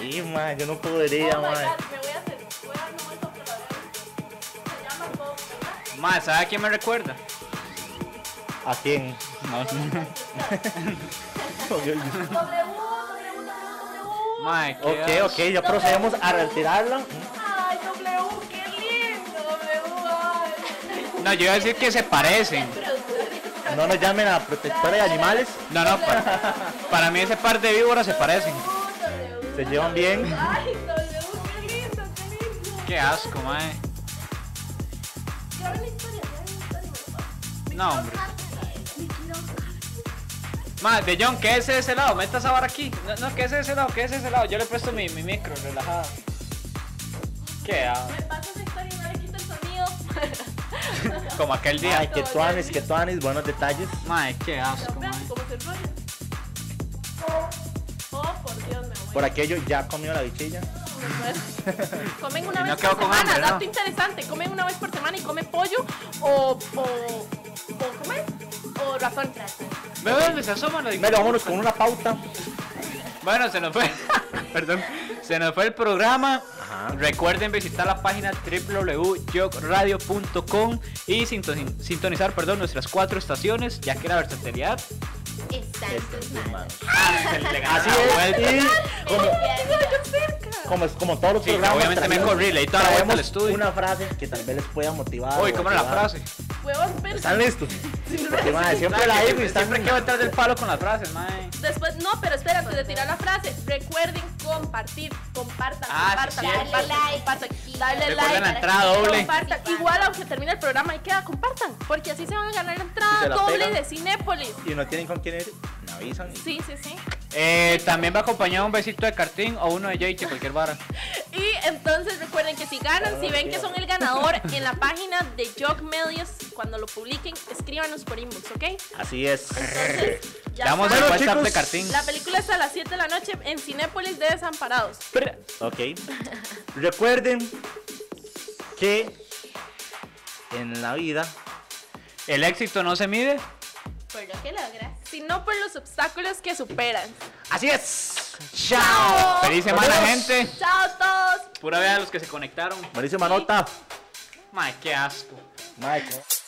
D: Y man, yo no podría,
B: Oh my
D: man.
B: god, me voy a hacer. Voy a darme un vuelto por la vida. Se llama Bob, ¿verdad?
A: Mae, ¿sabe a quién me recuerda?
D: ¿A quién?
A: No,
B: W, W, W.
A: Mae, qué
D: Ok,
A: asco.
D: ok, ya procedemos a retirarla.
B: Ay, W, qué lindo, W. ay.
A: No, yo iba a decir que se parecen.
D: No nos llamen a protectora de animales.
A: No, no, para, para mí ese par de víboras se parecen.
D: Se llevan bien.
B: Ay, W, qué lindo, qué lindo.
A: Qué asco, mae.
B: Graba la historia, graba la historia.
A: No, hombre. Mae, de John, quédese de ese lado, meta esa vara aquí. No, no, quédese de ese lado, quédese de ese lado. Yo le presto mi, mi micro, relajada. Qué asco.
B: Me pasa esa historia y no le quito
A: [laughs]
B: el sonido.
A: Como aquel
D: Ay,
A: día.
D: que tuanis, que tuanis, buenos detalles.
A: Mae, qué asco, mae.
B: Vean cómo se enrolla. Oh, por Dios, me voy.
D: Por aquello ya comió la bichilla.
B: [laughs] Comen una
A: Y no
B: vez
A: quedo
B: por
A: con
B: semana,
A: hambre, ¿no?
B: dato interesante. Comen una vez por semana y come pollo o. o. o. ¿cómo es? O ratón.
A: Ve dónde se asoma la
D: Primero vámonos con una pauta.
A: Bueno, se nos fue. [laughs] Perdón. Se nos fue el programa.
D: Ajá.
A: Recuerden visitar la página www.yokradio.com y sinto- sintonizar, perdón, nuestras cuatro estaciones, ya que la
D: [laughs]
A: versatilidad
C: Está en tus manos.
A: Ah,
D: Así es. Y como, como, es- como todos los
A: Sí,
D: programas.
A: obviamente me
D: traemos-
A: corrí, leí toda la vuelta al
D: traemos
A: estudio.
D: Una frase que tal vez les pueda motivar.
A: Uy,
D: o
A: ¿cómo era la
D: ayudar.
A: frase?
B: Huevos verdes.
D: ¿Están listos? Porque, madre, siempre la digo y están
A: Siempre quiero entrar del palo con las frases, mae.
B: Después, no, pero espera, antes de tirar la frase, recuerden compartir, compartan,
A: Ah, sí,
B: compartan,
A: cierto.
B: compartan,
C: Darle like.
B: compartan, darle
A: Recuerden
B: like,
A: la entrada doble.
B: compartan. Igual aunque termine el programa y queda, compartan, porque así se van a ganar la
D: Se
B: entrada
D: la
B: doble
D: pegan.
B: de Cinépolis.
D: Y no tienen con quién ir, me avisan.
B: Sí, sí, sí.
A: Eh, también va acompañado un besito de cartín o uno de Jake, cualquier vara.
B: Y entonces recuerden que si ganan,
A: Ah,
B: si ven que son el ganador en la página de Jog Medios, cuando lo publiquen, escríbanos por inbox, ¿ok?
D: Así es.
B: Entonces, ya
A: Damos el
B: saben.
D: Bueno,
A: WhatsApp
D: chicos,
A: de cartín.
B: La película es a las 7 de la noche en Cinépolis de Desamparados.
D: Ok. Recuerden que en la vida
A: El éxito no se mide.
C: Por lo que logras.
B: sino por pues los obstáculos que superan.
D: Así es.
B: ¡Chao!
A: Feliz semana,
D: Adiós.
A: gente.
B: ¡Chao a todos!
A: Pura vea a los que se conectaron.
D: Buenísima nota.
A: Mae, qué asco.
D: Mike.